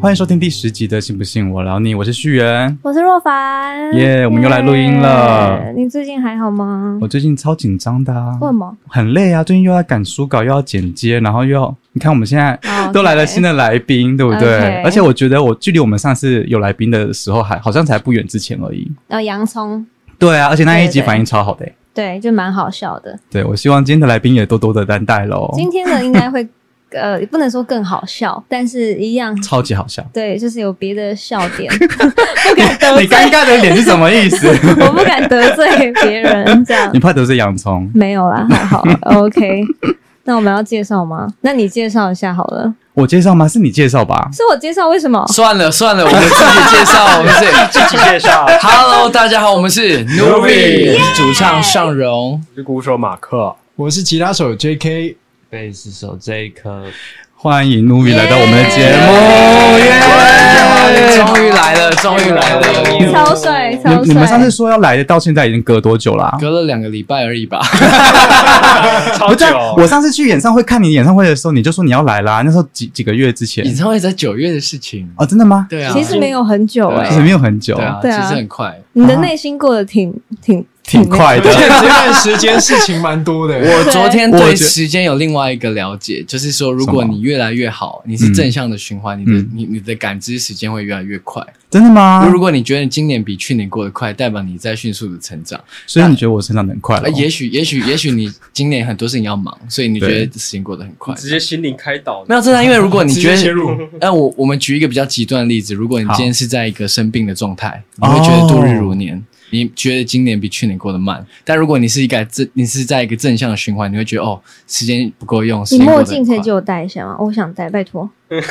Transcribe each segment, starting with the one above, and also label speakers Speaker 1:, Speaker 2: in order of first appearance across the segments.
Speaker 1: 欢迎收听第十集的《信不信我饶你》，我是旭元。
Speaker 2: 我是若凡，
Speaker 1: 耶我们又来录音了
Speaker 2: 耶你最近还好吗？
Speaker 1: 我最近超紧张的、啊，
Speaker 2: 为什么？
Speaker 1: 很累啊！最近又要赶书稿，又要剪接，然后又要……你看我们现在
Speaker 2: 哦
Speaker 1: 都来了新，的来宾，对不对
Speaker 2: OK
Speaker 1: 而且我觉得我距离我们上次有来宾的时候还好像才不远之前而已。
Speaker 2: 对呃，洋葱，
Speaker 1: 对啊，而且那一集
Speaker 2: 对对
Speaker 1: 反应超好的欸、
Speaker 2: 对，就蛮好笑的。
Speaker 1: 对我希望今天的来宾也多多的担待喽，
Speaker 2: 今天的应该会， 呃，不能说更好笑，但是一样，
Speaker 1: 超级好笑。
Speaker 2: 对，就是有别的笑 点，不敢得
Speaker 1: 你尴
Speaker 2: 罪，
Speaker 1: 尬的脸是什么意思？
Speaker 2: 我不敢得罪别人，这样
Speaker 1: 你怕得罪洋葱？
Speaker 2: 没有啦，还好，OK。那我们要介绍吗？那你介绍一下好了。
Speaker 1: 我介绍吗？是你介绍吧？
Speaker 2: 是我介绍，为什么？
Speaker 3: 算了算了，我们自己介绍，我们 是
Speaker 4: 自己介绍，
Speaker 3: Hello，大家好，我们是
Speaker 4: Nuvi
Speaker 3: Nuvi，我是主唱尚荣，
Speaker 4: 是鼓手马克，
Speaker 5: 我是吉他手 J.K。
Speaker 4: 贝斯手这一颗，
Speaker 1: 欢迎努比来到我们的节目，
Speaker 2: 耶
Speaker 1: 耶！
Speaker 3: 哦终于来了，终于来
Speaker 4: 耶
Speaker 3: 了，
Speaker 2: 超帅，超帅！
Speaker 1: 哦你你们上次说要来的，到现在已经隔多久啦、
Speaker 3: 隔了两个礼拜而已 吧。
Speaker 4: 超
Speaker 1: 不对
Speaker 4: 久
Speaker 1: 啊，，我上次去演唱会看你演唱会的时候，你就说你要来
Speaker 2: 嗯
Speaker 1: 啦，那时候几几个月之前
Speaker 3: 演唱会在九月的事情，
Speaker 1: 哦，真的吗？
Speaker 3: 对啊，
Speaker 2: 其实没有很久
Speaker 3: 对
Speaker 2: 哎、
Speaker 1: 其实没有很久，
Speaker 3: 对啊，
Speaker 2: 对
Speaker 3: 其
Speaker 2: 啊
Speaker 3: 实很快。
Speaker 2: 你的内心过得挺挺
Speaker 1: 挺快
Speaker 5: 而
Speaker 3: 啊
Speaker 5: 且
Speaker 1: 的。
Speaker 5: 这段时间事情蛮多的，我
Speaker 3: 我昨天
Speaker 1: 我
Speaker 3: 对
Speaker 1: 觉
Speaker 3: 时间有另外一个了解，就是说，如果
Speaker 1: 什么
Speaker 3: 你越来越好，你是正向的循环，你的
Speaker 1: 嗯
Speaker 3: 你你的感知时间会越来越快。
Speaker 1: 真的吗？
Speaker 3: 如果你觉得今年比去年过得快，代表你在迅速的成长。
Speaker 1: 所以你觉得我成长的很快了
Speaker 3: 呃，？也许，也许，也许你今年很多事情要忙，所以你觉
Speaker 1: 对
Speaker 3: 得时间过得很快。
Speaker 4: 直接心灵开导，
Speaker 3: 没有，真的，因为如果你
Speaker 5: 直
Speaker 3: 觉
Speaker 5: 接切
Speaker 3: 得，
Speaker 5: 入，
Speaker 3: 那我我们举一个比较极端的例子，如果你
Speaker 1: 好
Speaker 3: 今天是在一个生病的状态，你
Speaker 1: 哦
Speaker 3: 会觉得度日如年，你觉得今年比去年过得慢。但如果你是一个正，你是在一个正向的循环，你会觉得哦，时间不够用，时
Speaker 2: 你
Speaker 3: 间过
Speaker 2: 墨
Speaker 3: 得很
Speaker 2: 镜可以
Speaker 3: 快
Speaker 2: 借。我戴一下吗？哦我想戴，拜托，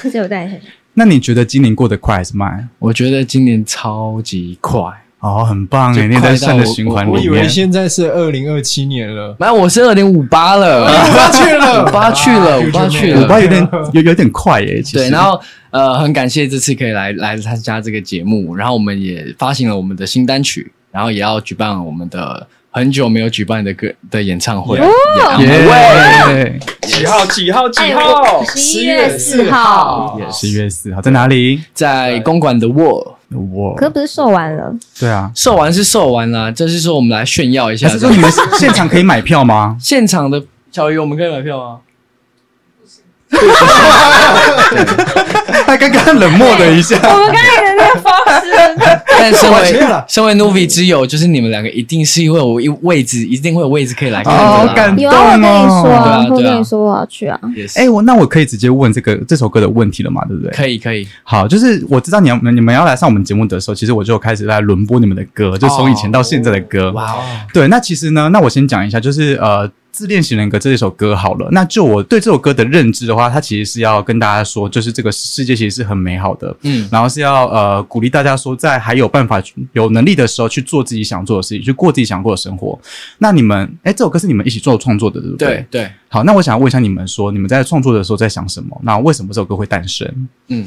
Speaker 2: 借我戴一下。
Speaker 1: 那你觉得今年过得快还是慢？
Speaker 3: 我觉得今年超级快。
Speaker 1: 哦，很棒
Speaker 3: 就
Speaker 1: 哎，你也在
Speaker 3: 快到
Speaker 1: 善的循环
Speaker 3: 我
Speaker 5: 我
Speaker 1: 里
Speaker 5: 以为
Speaker 1: 面。
Speaker 5: 现在是二零二七年了，
Speaker 3: 那我是二零五八了，五八去了，五八去了，五八去
Speaker 1: 我
Speaker 3: 了，
Speaker 1: 爸有点有有点快耶，其实
Speaker 3: 啊对，然后呃，很感谢这次可以来来参加这个节目，然后我们也发行了我们的新单曲，然后也要举办我们的很久没有举办的歌的演唱会。
Speaker 2: 嗯
Speaker 1: 耶，
Speaker 4: 几号几号几
Speaker 2: 我
Speaker 4: 号，
Speaker 2: 十一月四号，
Speaker 4: 也
Speaker 1: 十一月四号在哪里？
Speaker 3: 在公馆的 Wall
Speaker 1: 我
Speaker 2: 可是不是售完了？
Speaker 1: 对啊，
Speaker 3: 售完是售完啦，就是说我们来炫耀一下
Speaker 1: 还是说你们现场可以买票吗？
Speaker 3: 现场的小鱼，我们可以买票吗？
Speaker 1: 他刚刚冷漠了一下，
Speaker 2: 我们刚才的那个方式，
Speaker 3: 但身
Speaker 5: 我去
Speaker 3: 为
Speaker 5: 了
Speaker 3: 身为 Novi 之友，就是你们两个一定是会有一位置，一定会有位置可以来看
Speaker 1: 哦
Speaker 3: 的
Speaker 1: 好感
Speaker 3: 啦。
Speaker 1: 动
Speaker 2: 有啊，我跟你说啊
Speaker 3: 对啊，
Speaker 2: 我
Speaker 3: 对啊
Speaker 2: 跟你说我要去啊。
Speaker 3: 也 是
Speaker 1: 哎、我那我可以直接问这个这首歌的问题了嘛？对不对？
Speaker 3: 可以可以，
Speaker 1: 好，就是我知道你要你们要来上我们节目的时候，其实我就开始在轮播你们的歌，就从以前到现在的歌。
Speaker 3: 哇哦！
Speaker 1: 对，那其实呢，那我先讲一下，就是呃。自恋型人格这一首歌好了，那就我对这首歌的认知的话，它其实是要跟大家说，就是这个世界其实是很美好的，
Speaker 3: 嗯，
Speaker 1: 然后是要呃鼓励大家说，在还有办法、有能力的时候去做自己想做的事情，去过自己想过的生活。那你们，哎，这首歌是你们一起做创作的，对不对？
Speaker 3: 对对。
Speaker 1: 好，那我想问一下你们说，你们在创作的时候在想什么？那为什么这首歌会诞生？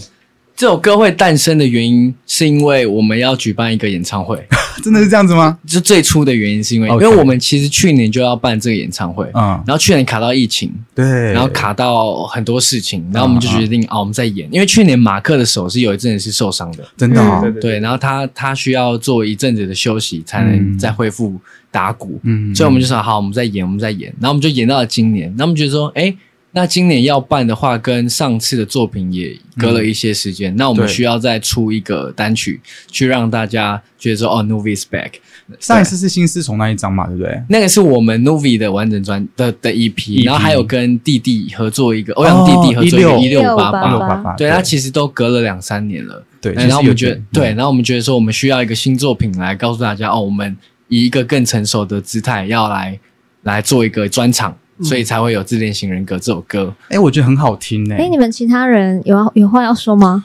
Speaker 3: 这首歌会诞生的原因，是因为我们要举办一个演唱会。
Speaker 1: 真的是这样子吗？
Speaker 3: 就最初的原因是因为，因
Speaker 1: OK
Speaker 3: 为我们其实去年就要办这个演唱会，
Speaker 1: 嗯，
Speaker 3: 然后去年卡到疫情，
Speaker 1: 对。嗯
Speaker 3: 然后卡到很多事情，然后我们就决定啊，我们再演。因为去年马克的手是有一阵子是受伤的，
Speaker 1: 真的哦
Speaker 4: 对，
Speaker 3: 对，然后他他需要做一阵子的休息，才
Speaker 1: 嗯
Speaker 3: 能再恢复打鼓。
Speaker 1: 嗯，
Speaker 3: 所以我们就说好，我们再演，我们再演，然后我们就演到了今年。那我们觉得说，哎，那今年要办的话，跟上次的作品也隔了一些时间，那我们
Speaker 1: 嗯对
Speaker 3: 需要再出一个单曲，去让大家觉得说，哦，Novi is back。
Speaker 1: 上一次是新丝虫那一张嘛，对不对？
Speaker 3: 那个是我们 Novi 的完整专的的 EP，,
Speaker 1: EP
Speaker 3: 然后还有跟弟弟合作一个，欧阳弟弟合作一个
Speaker 1: E 哦
Speaker 3: 一六八
Speaker 2: 1688
Speaker 3: 八。
Speaker 1: 六八八，
Speaker 3: 对，那其实都隔了两三年了。
Speaker 1: 对，
Speaker 3: 然后我们觉得，对，
Speaker 1: 嗯
Speaker 3: 然后我们觉得说，我们需要一个新作品来告诉大家，哦，我们以一个更成熟的姿态要来来做一个专场，
Speaker 1: 嗯
Speaker 3: 所以才会有《自恋型人格》这首歌。
Speaker 1: 哎，我觉得很好听呢。
Speaker 2: 哎，你们其他人有要有话要说吗？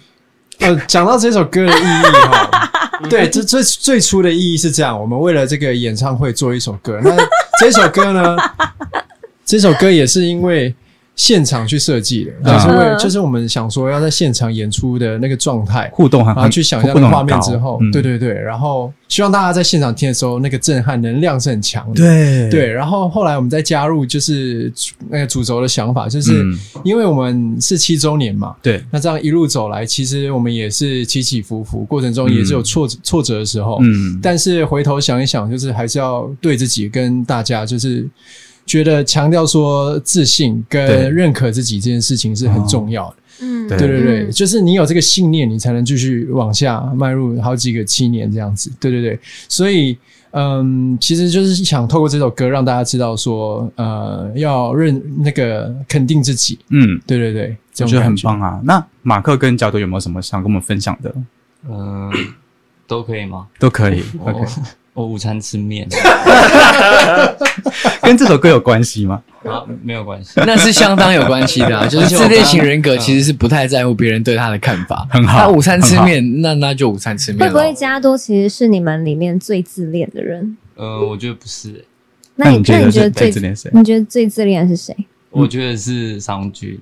Speaker 5: 呃，讲到这首歌的意义哈，对，这最最初的意义是这样，我们为了这个 演唱会做一首歌，那这首歌呢，这首歌也是因为现场去设计的，
Speaker 1: 嗯
Speaker 5: 就是为了
Speaker 2: 嗯
Speaker 5: 就是我们想说要在现场演出的那个状态，
Speaker 1: 互动很
Speaker 5: 然后啊去想象
Speaker 1: 互
Speaker 5: 那
Speaker 1: 动很
Speaker 5: 个画面
Speaker 1: 高
Speaker 5: 之后
Speaker 1: 嗯，
Speaker 5: 对对对，然后希望大家在现场听的时候，那个震撼能量是很强的。
Speaker 1: 对
Speaker 5: 对，然后后来我们再加入就是主那个主轴的想法，就是
Speaker 1: 嗯
Speaker 5: 因为我们是七周年嘛，
Speaker 1: 对
Speaker 5: 那这样一路走来，其实我们也是起起伏伏，过程中也是有挫折、挫折的时候，
Speaker 1: 嗯，
Speaker 5: 但是回头想一想，就是还是要对自己跟大家，就是觉得强调说自信
Speaker 1: 对哦
Speaker 5: 跟认可自己这件事情是很重要的。
Speaker 2: 嗯，
Speaker 1: 对
Speaker 5: 对对对，
Speaker 2: 嗯
Speaker 5: 就是你有这个信念，你才能继续往下迈入好几个七年这样子。对对对，所以嗯，其实就是想透过这首歌让大家知道说，呃，要认那个肯定自己。
Speaker 1: 嗯，
Speaker 5: 对对对，这
Speaker 1: 我
Speaker 5: 种
Speaker 1: 觉得很
Speaker 5: 感
Speaker 1: 棒啊。那马克跟角度有没有什么想跟我们分享的？呃
Speaker 6: 嗯， 都可以吗？
Speaker 1: 都可以
Speaker 6: 我
Speaker 1: ，OK。
Speaker 6: 我午餐吃面，
Speaker 1: 跟这首歌有关系 吗？
Speaker 6: 啊没有关系。
Speaker 3: 那是相当有关系的、啊，就是自恋型人格其实是不太在乎别人对他的看法。
Speaker 1: 很好
Speaker 3: 他午餐吃
Speaker 1: 很好
Speaker 3: 面，那那就午餐吃
Speaker 2: 会
Speaker 3: 面
Speaker 2: 不会
Speaker 3: 了。
Speaker 2: 加多其实是你们里面最自恋的人？
Speaker 6: 呃，我觉得不是
Speaker 1: 嗯
Speaker 6: 欸、
Speaker 2: 那你
Speaker 1: 觉
Speaker 2: 那
Speaker 1: 得
Speaker 2: 你觉
Speaker 1: 是
Speaker 2: 得
Speaker 1: 最
Speaker 2: 最
Speaker 1: 自恋谁？
Speaker 2: 你觉得最自恋的是谁？
Speaker 6: 我觉得是商君。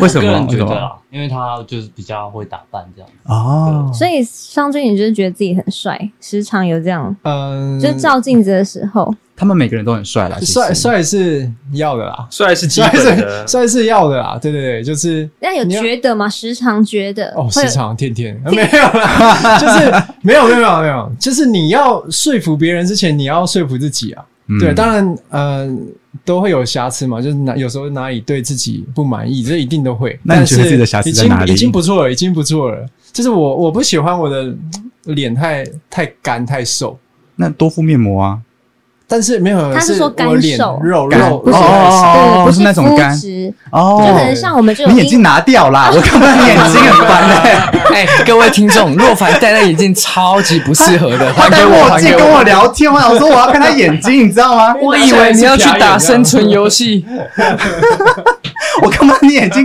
Speaker 1: 为什
Speaker 6: 个
Speaker 1: 么？
Speaker 6: 人
Speaker 1: 为
Speaker 6: 觉
Speaker 1: 什
Speaker 6: 得
Speaker 1: 么？
Speaker 6: 啊，因为他就是比较会打扮这样子。
Speaker 1: 哦，
Speaker 2: 所以商君，你就是觉得自己很帅，时常有这样，
Speaker 5: 觉嗯，
Speaker 2: 就是照镜子的时候，
Speaker 1: 他们每个人都很帅啦，其实
Speaker 5: 帅帅是要的啦，
Speaker 4: 帅是基
Speaker 5: 帅
Speaker 4: 本
Speaker 5: 是
Speaker 4: 的，
Speaker 5: 帅是要的啦。对对对，就是
Speaker 2: 那有
Speaker 5: 你要
Speaker 2: 觉得吗？时常觉得
Speaker 5: 哦，
Speaker 2: 会有
Speaker 5: 时常天天没有啦，就是没有没有没有没有，就是你要说服别人之前，你要说服自己啊。
Speaker 1: 嗯
Speaker 5: 对，当然，呃，都会有瑕疵嘛，就是哪有时候哪里对自己不满意，这一定都会。
Speaker 1: 那你觉得
Speaker 5: 但是
Speaker 1: 自己的瑕疵在哪里
Speaker 5: 已经已经不错了，已经不错了。就是我我不喜欢我的嗯脸太太干太瘦，
Speaker 1: 那多敷面膜啊，
Speaker 5: 但是没有，
Speaker 2: 他是
Speaker 5: 是
Speaker 2: 说干
Speaker 5: 我脸
Speaker 2: 瘦
Speaker 5: 肉
Speaker 1: 干
Speaker 5: 肉
Speaker 2: 不是
Speaker 5: 肉
Speaker 1: 哦
Speaker 2: 对，不
Speaker 1: 是那种
Speaker 2: 肤
Speaker 1: 干
Speaker 2: 质，就可
Speaker 1: 哦
Speaker 2: 能，像我们这种
Speaker 1: 你眼
Speaker 2: 阴
Speaker 1: 睛拿掉 啦，我看不到你眼睛，很烦 哎。
Speaker 3: 哎、各位听众，若凡戴那眼镜超级不适合的，还给
Speaker 1: 戴
Speaker 3: 我，
Speaker 1: 墨
Speaker 3: 还
Speaker 1: 镜
Speaker 3: 给
Speaker 1: 跟我
Speaker 3: 我。
Speaker 1: 聊天，我想说我要看他眼睛，你知道吗？
Speaker 3: 我以为你要去打生存游戏，
Speaker 1: 我看不到你眼 睛，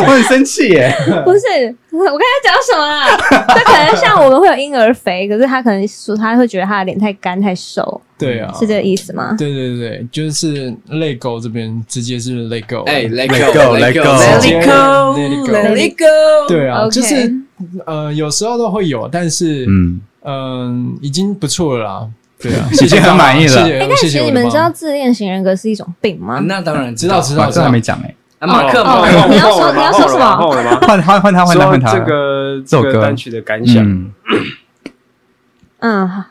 Speaker 1: 我很生气耶。
Speaker 2: 不是，我刚才讲什么啦？就可能像我们会有婴儿肥，可是他可能说他会觉得他的脸太干太瘦，
Speaker 5: 对啊，
Speaker 2: 是这个意思吗？
Speaker 5: 对对对，就是泪沟这边直接是泪沟，
Speaker 3: 哎，let
Speaker 1: Let go,
Speaker 3: go，let
Speaker 1: let
Speaker 3: go，let
Speaker 1: go
Speaker 3: it
Speaker 5: Let it go
Speaker 3: go，let it go。
Speaker 5: 对啊
Speaker 2: OK
Speaker 5: 就是呃，有时候都会有，但是嗯、
Speaker 1: 嗯，
Speaker 5: 已经不错了啦。对啊，
Speaker 1: 已经很满意了
Speaker 5: 谢谢
Speaker 2: 哎，但
Speaker 5: 谢
Speaker 2: 其
Speaker 5: 谢
Speaker 2: 实
Speaker 5: 我
Speaker 2: 你
Speaker 5: 的
Speaker 2: 们
Speaker 5: 妈
Speaker 2: 知道自恋型人格是一种病吗？
Speaker 3: 啊那当然知
Speaker 5: 知道
Speaker 3: 道，
Speaker 5: 知
Speaker 1: 哇，
Speaker 5: 道，
Speaker 1: 这还没讲哎，
Speaker 3: 啊马克，马
Speaker 2: 哦
Speaker 3: 克，
Speaker 2: 你要说你要说什么
Speaker 4: 后了吗？
Speaker 1: 换换换他，换他，
Speaker 4: 说
Speaker 1: 换他。
Speaker 4: 这个
Speaker 1: 这首
Speaker 4: 这
Speaker 1: 歌
Speaker 4: 个单曲的感想，
Speaker 1: 嗯，
Speaker 2: 嗯，好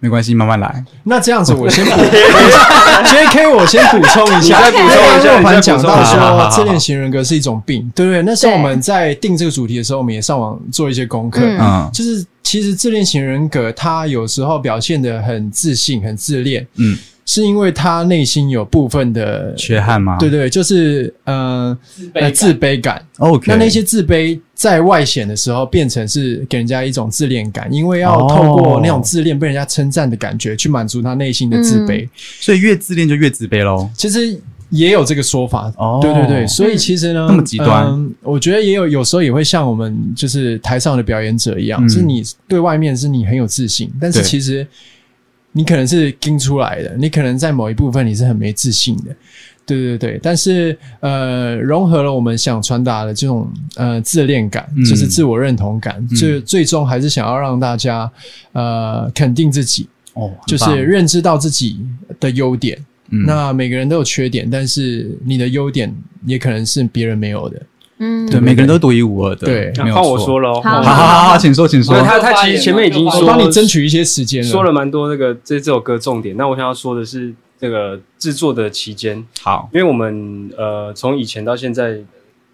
Speaker 1: 没关系，慢慢来。
Speaker 5: 那这样子，我先 补 J K，我先补充一下，
Speaker 4: 你再补充一下
Speaker 5: 我们讲到
Speaker 1: 你再补充一下好好好
Speaker 5: 说自恋型人格是一种病，对不对？那时候我们在定这个主题的时候，我们也上网做一些功课，
Speaker 2: 嗯
Speaker 1: 嗯
Speaker 5: 就是其实自恋型人格他有时候表现的很自信、很自恋，
Speaker 1: 嗯，
Speaker 5: 是因为他内心有部分的
Speaker 1: 缺憾吗？
Speaker 5: 对对，就是呃呃自卑感。
Speaker 1: ，OK。
Speaker 5: 那那些自卑在外显的时候，变成是给人家一种自恋感，因为要
Speaker 1: 哦
Speaker 5: 透过那种自恋被人家称赞的感觉，去满足他内心的自卑。
Speaker 1: 所以越自恋就越自卑喽。
Speaker 5: 其实也有这个说法。
Speaker 1: 哦
Speaker 5: 对对对，所以其实呢，
Speaker 1: 那么极端
Speaker 5: 嗯我觉得也有有时候也会像我们就是台上的表演者一样，
Speaker 1: 嗯
Speaker 5: 是你对外面是你很有自信，但是
Speaker 1: 对
Speaker 5: 其实你可能是盯出来的，你可能在某一部分你是很没自信的。对对对，但是呃，融合了我们想传达的这种呃自恋感，
Speaker 1: 嗯
Speaker 5: 就是自我认同感，
Speaker 1: 嗯
Speaker 5: 最最终还是想要让大家呃肯定自己，
Speaker 1: 哦，很
Speaker 5: 就
Speaker 1: 棒
Speaker 5: 是认知到自己的优点，
Speaker 1: 嗯
Speaker 5: 那每个人都有缺点，但是你的优点也可能是别人没有的。
Speaker 2: 嗯，
Speaker 1: 对每个人都独一无二的。
Speaker 5: 对
Speaker 1: 没有
Speaker 4: 换我
Speaker 1: 错
Speaker 4: 说。了哦，
Speaker 1: 好
Speaker 2: 好，
Speaker 1: 好好好，请说，请
Speaker 4: 因
Speaker 1: 说
Speaker 4: 为。他他其实前面已经
Speaker 5: 我
Speaker 4: 说
Speaker 5: 帮你争取一些时间了。
Speaker 4: 说了蛮多那个这这首歌重点。那我想要说的是，这个制作的期间，
Speaker 1: 好，
Speaker 4: 因为我们呃从以前到现在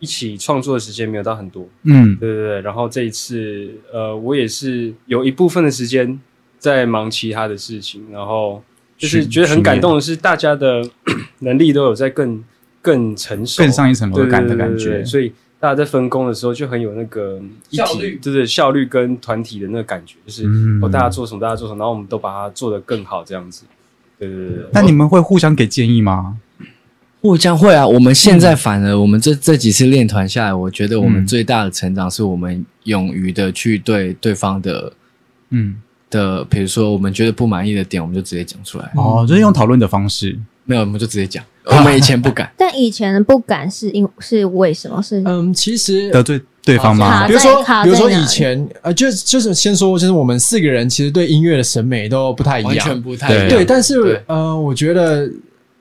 Speaker 4: 一起创作的时间没有到很多，
Speaker 1: 嗯
Speaker 4: 对对对。然后这一次呃，我也是有一部分的时间在忙其他的事情，然后就是
Speaker 1: 训
Speaker 4: 觉得很
Speaker 1: 训
Speaker 4: 感
Speaker 1: 练
Speaker 4: 动的是，大家的 能力都有在更更成熟、
Speaker 1: 更上一层楼
Speaker 4: 对
Speaker 1: 的感的
Speaker 4: 对对
Speaker 1: 感
Speaker 4: 对对
Speaker 1: 觉
Speaker 4: 对。所以大家在分工的时候就很有那个一
Speaker 3: 效
Speaker 4: 体
Speaker 3: 率
Speaker 4: 对对，效率跟团体的那个感觉，就是
Speaker 1: 嗯
Speaker 4: 哦，大家做什么，大家做什么，然后我们都把它做得更好，这样子。对对对对，
Speaker 1: 那你们会互相给建议吗？
Speaker 3: 我将会啊，我们现在反而我们这这几次练团下来，我觉得我
Speaker 1: 嗯
Speaker 3: 们最大的成长是我们勇于的去对对方的
Speaker 1: 嗯，
Speaker 3: 的，
Speaker 5: 嗯
Speaker 3: 比如说我们觉得不满意的点，我们就直接讲出来，
Speaker 1: 哦，就是用讨论的方式。
Speaker 3: 没有我们就直接讲，我们以前不敢
Speaker 2: 但以前不敢是因是为什么？是
Speaker 5: 嗯，其实啊
Speaker 1: 得罪对方吗
Speaker 2: 好？
Speaker 5: 比如说
Speaker 2: 卡在，
Speaker 5: 比如说
Speaker 2: 哪里
Speaker 5: 以前，呃，就就是先说，就是我们四个人其实对音乐的审美都不太一
Speaker 3: 完
Speaker 5: 样
Speaker 3: 全，不太一样。
Speaker 5: 对，但是
Speaker 3: 对
Speaker 5: 呃，我觉得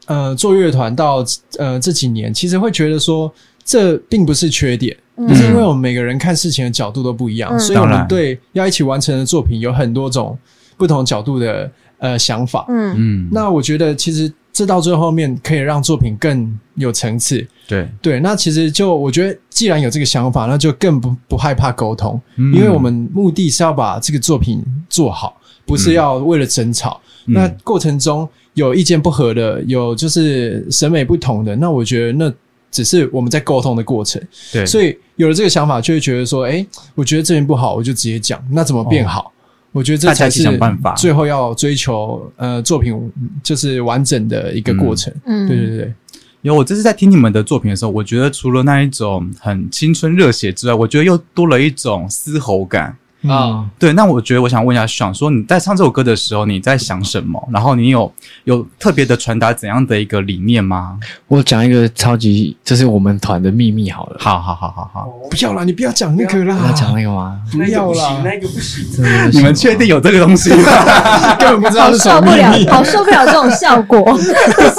Speaker 5: 呃，做乐团到呃这几年，其实会觉得说这并不是缺点，
Speaker 2: 嗯
Speaker 5: 就是因为我们每个人看事情的角度都不一样，
Speaker 2: 嗯
Speaker 5: 所以我
Speaker 1: 当
Speaker 5: 们
Speaker 1: 然
Speaker 5: 对要一起完成的作品有很多种不同角度的呃想法。
Speaker 2: 嗯
Speaker 1: 嗯，
Speaker 5: 那我觉得其实这到最后面可以让作品更有层次。
Speaker 1: 对，
Speaker 5: 对，那其实就我觉得，既然有这个想法，那就更不不害怕沟通。
Speaker 1: 因
Speaker 5: 因为我们目的是要把这个作品做好，不是要为了争吵。
Speaker 1: 嗯
Speaker 5: 那过程中有意见不合的，有就是审美不同的，那我觉得那只是我们在沟通的过程。
Speaker 1: 对，
Speaker 5: 所以有了这个想法，就会觉得说，哎、我觉得这边不好，我就直接讲，那怎么变好？我觉得这
Speaker 1: 哦大家
Speaker 5: 才
Speaker 1: 一起
Speaker 5: 是
Speaker 1: 想办法
Speaker 5: 最后要追求呃作品就是完整的一个过程。
Speaker 2: 嗯，
Speaker 5: 对对对，
Speaker 1: 有，我这次在听你们的作品的时候，我觉得除了那一种很青春热血之外，我觉得又多了一种嘶吼感。
Speaker 3: 啊，
Speaker 1: 对，那我觉得我想问一下爽，说你在唱这首歌的时候，你在想什么？然后你有有特别的传达怎样的一个理念吗？
Speaker 3: 我讲一个超级，这是我们团的秘密好了。
Speaker 1: 好好好好好，
Speaker 5: 不要啦，你不要讲那个
Speaker 3: 要
Speaker 5: 啦，
Speaker 3: 讲那个 吗？
Speaker 5: 不要啦，
Speaker 4: 那个不行，
Speaker 3: 真的不行
Speaker 1: 你们确定有这个东西吗？
Speaker 5: 根本不知道
Speaker 2: 好
Speaker 5: 是什么
Speaker 2: 受不
Speaker 5: 秘密
Speaker 2: 了，好受不了这种效果。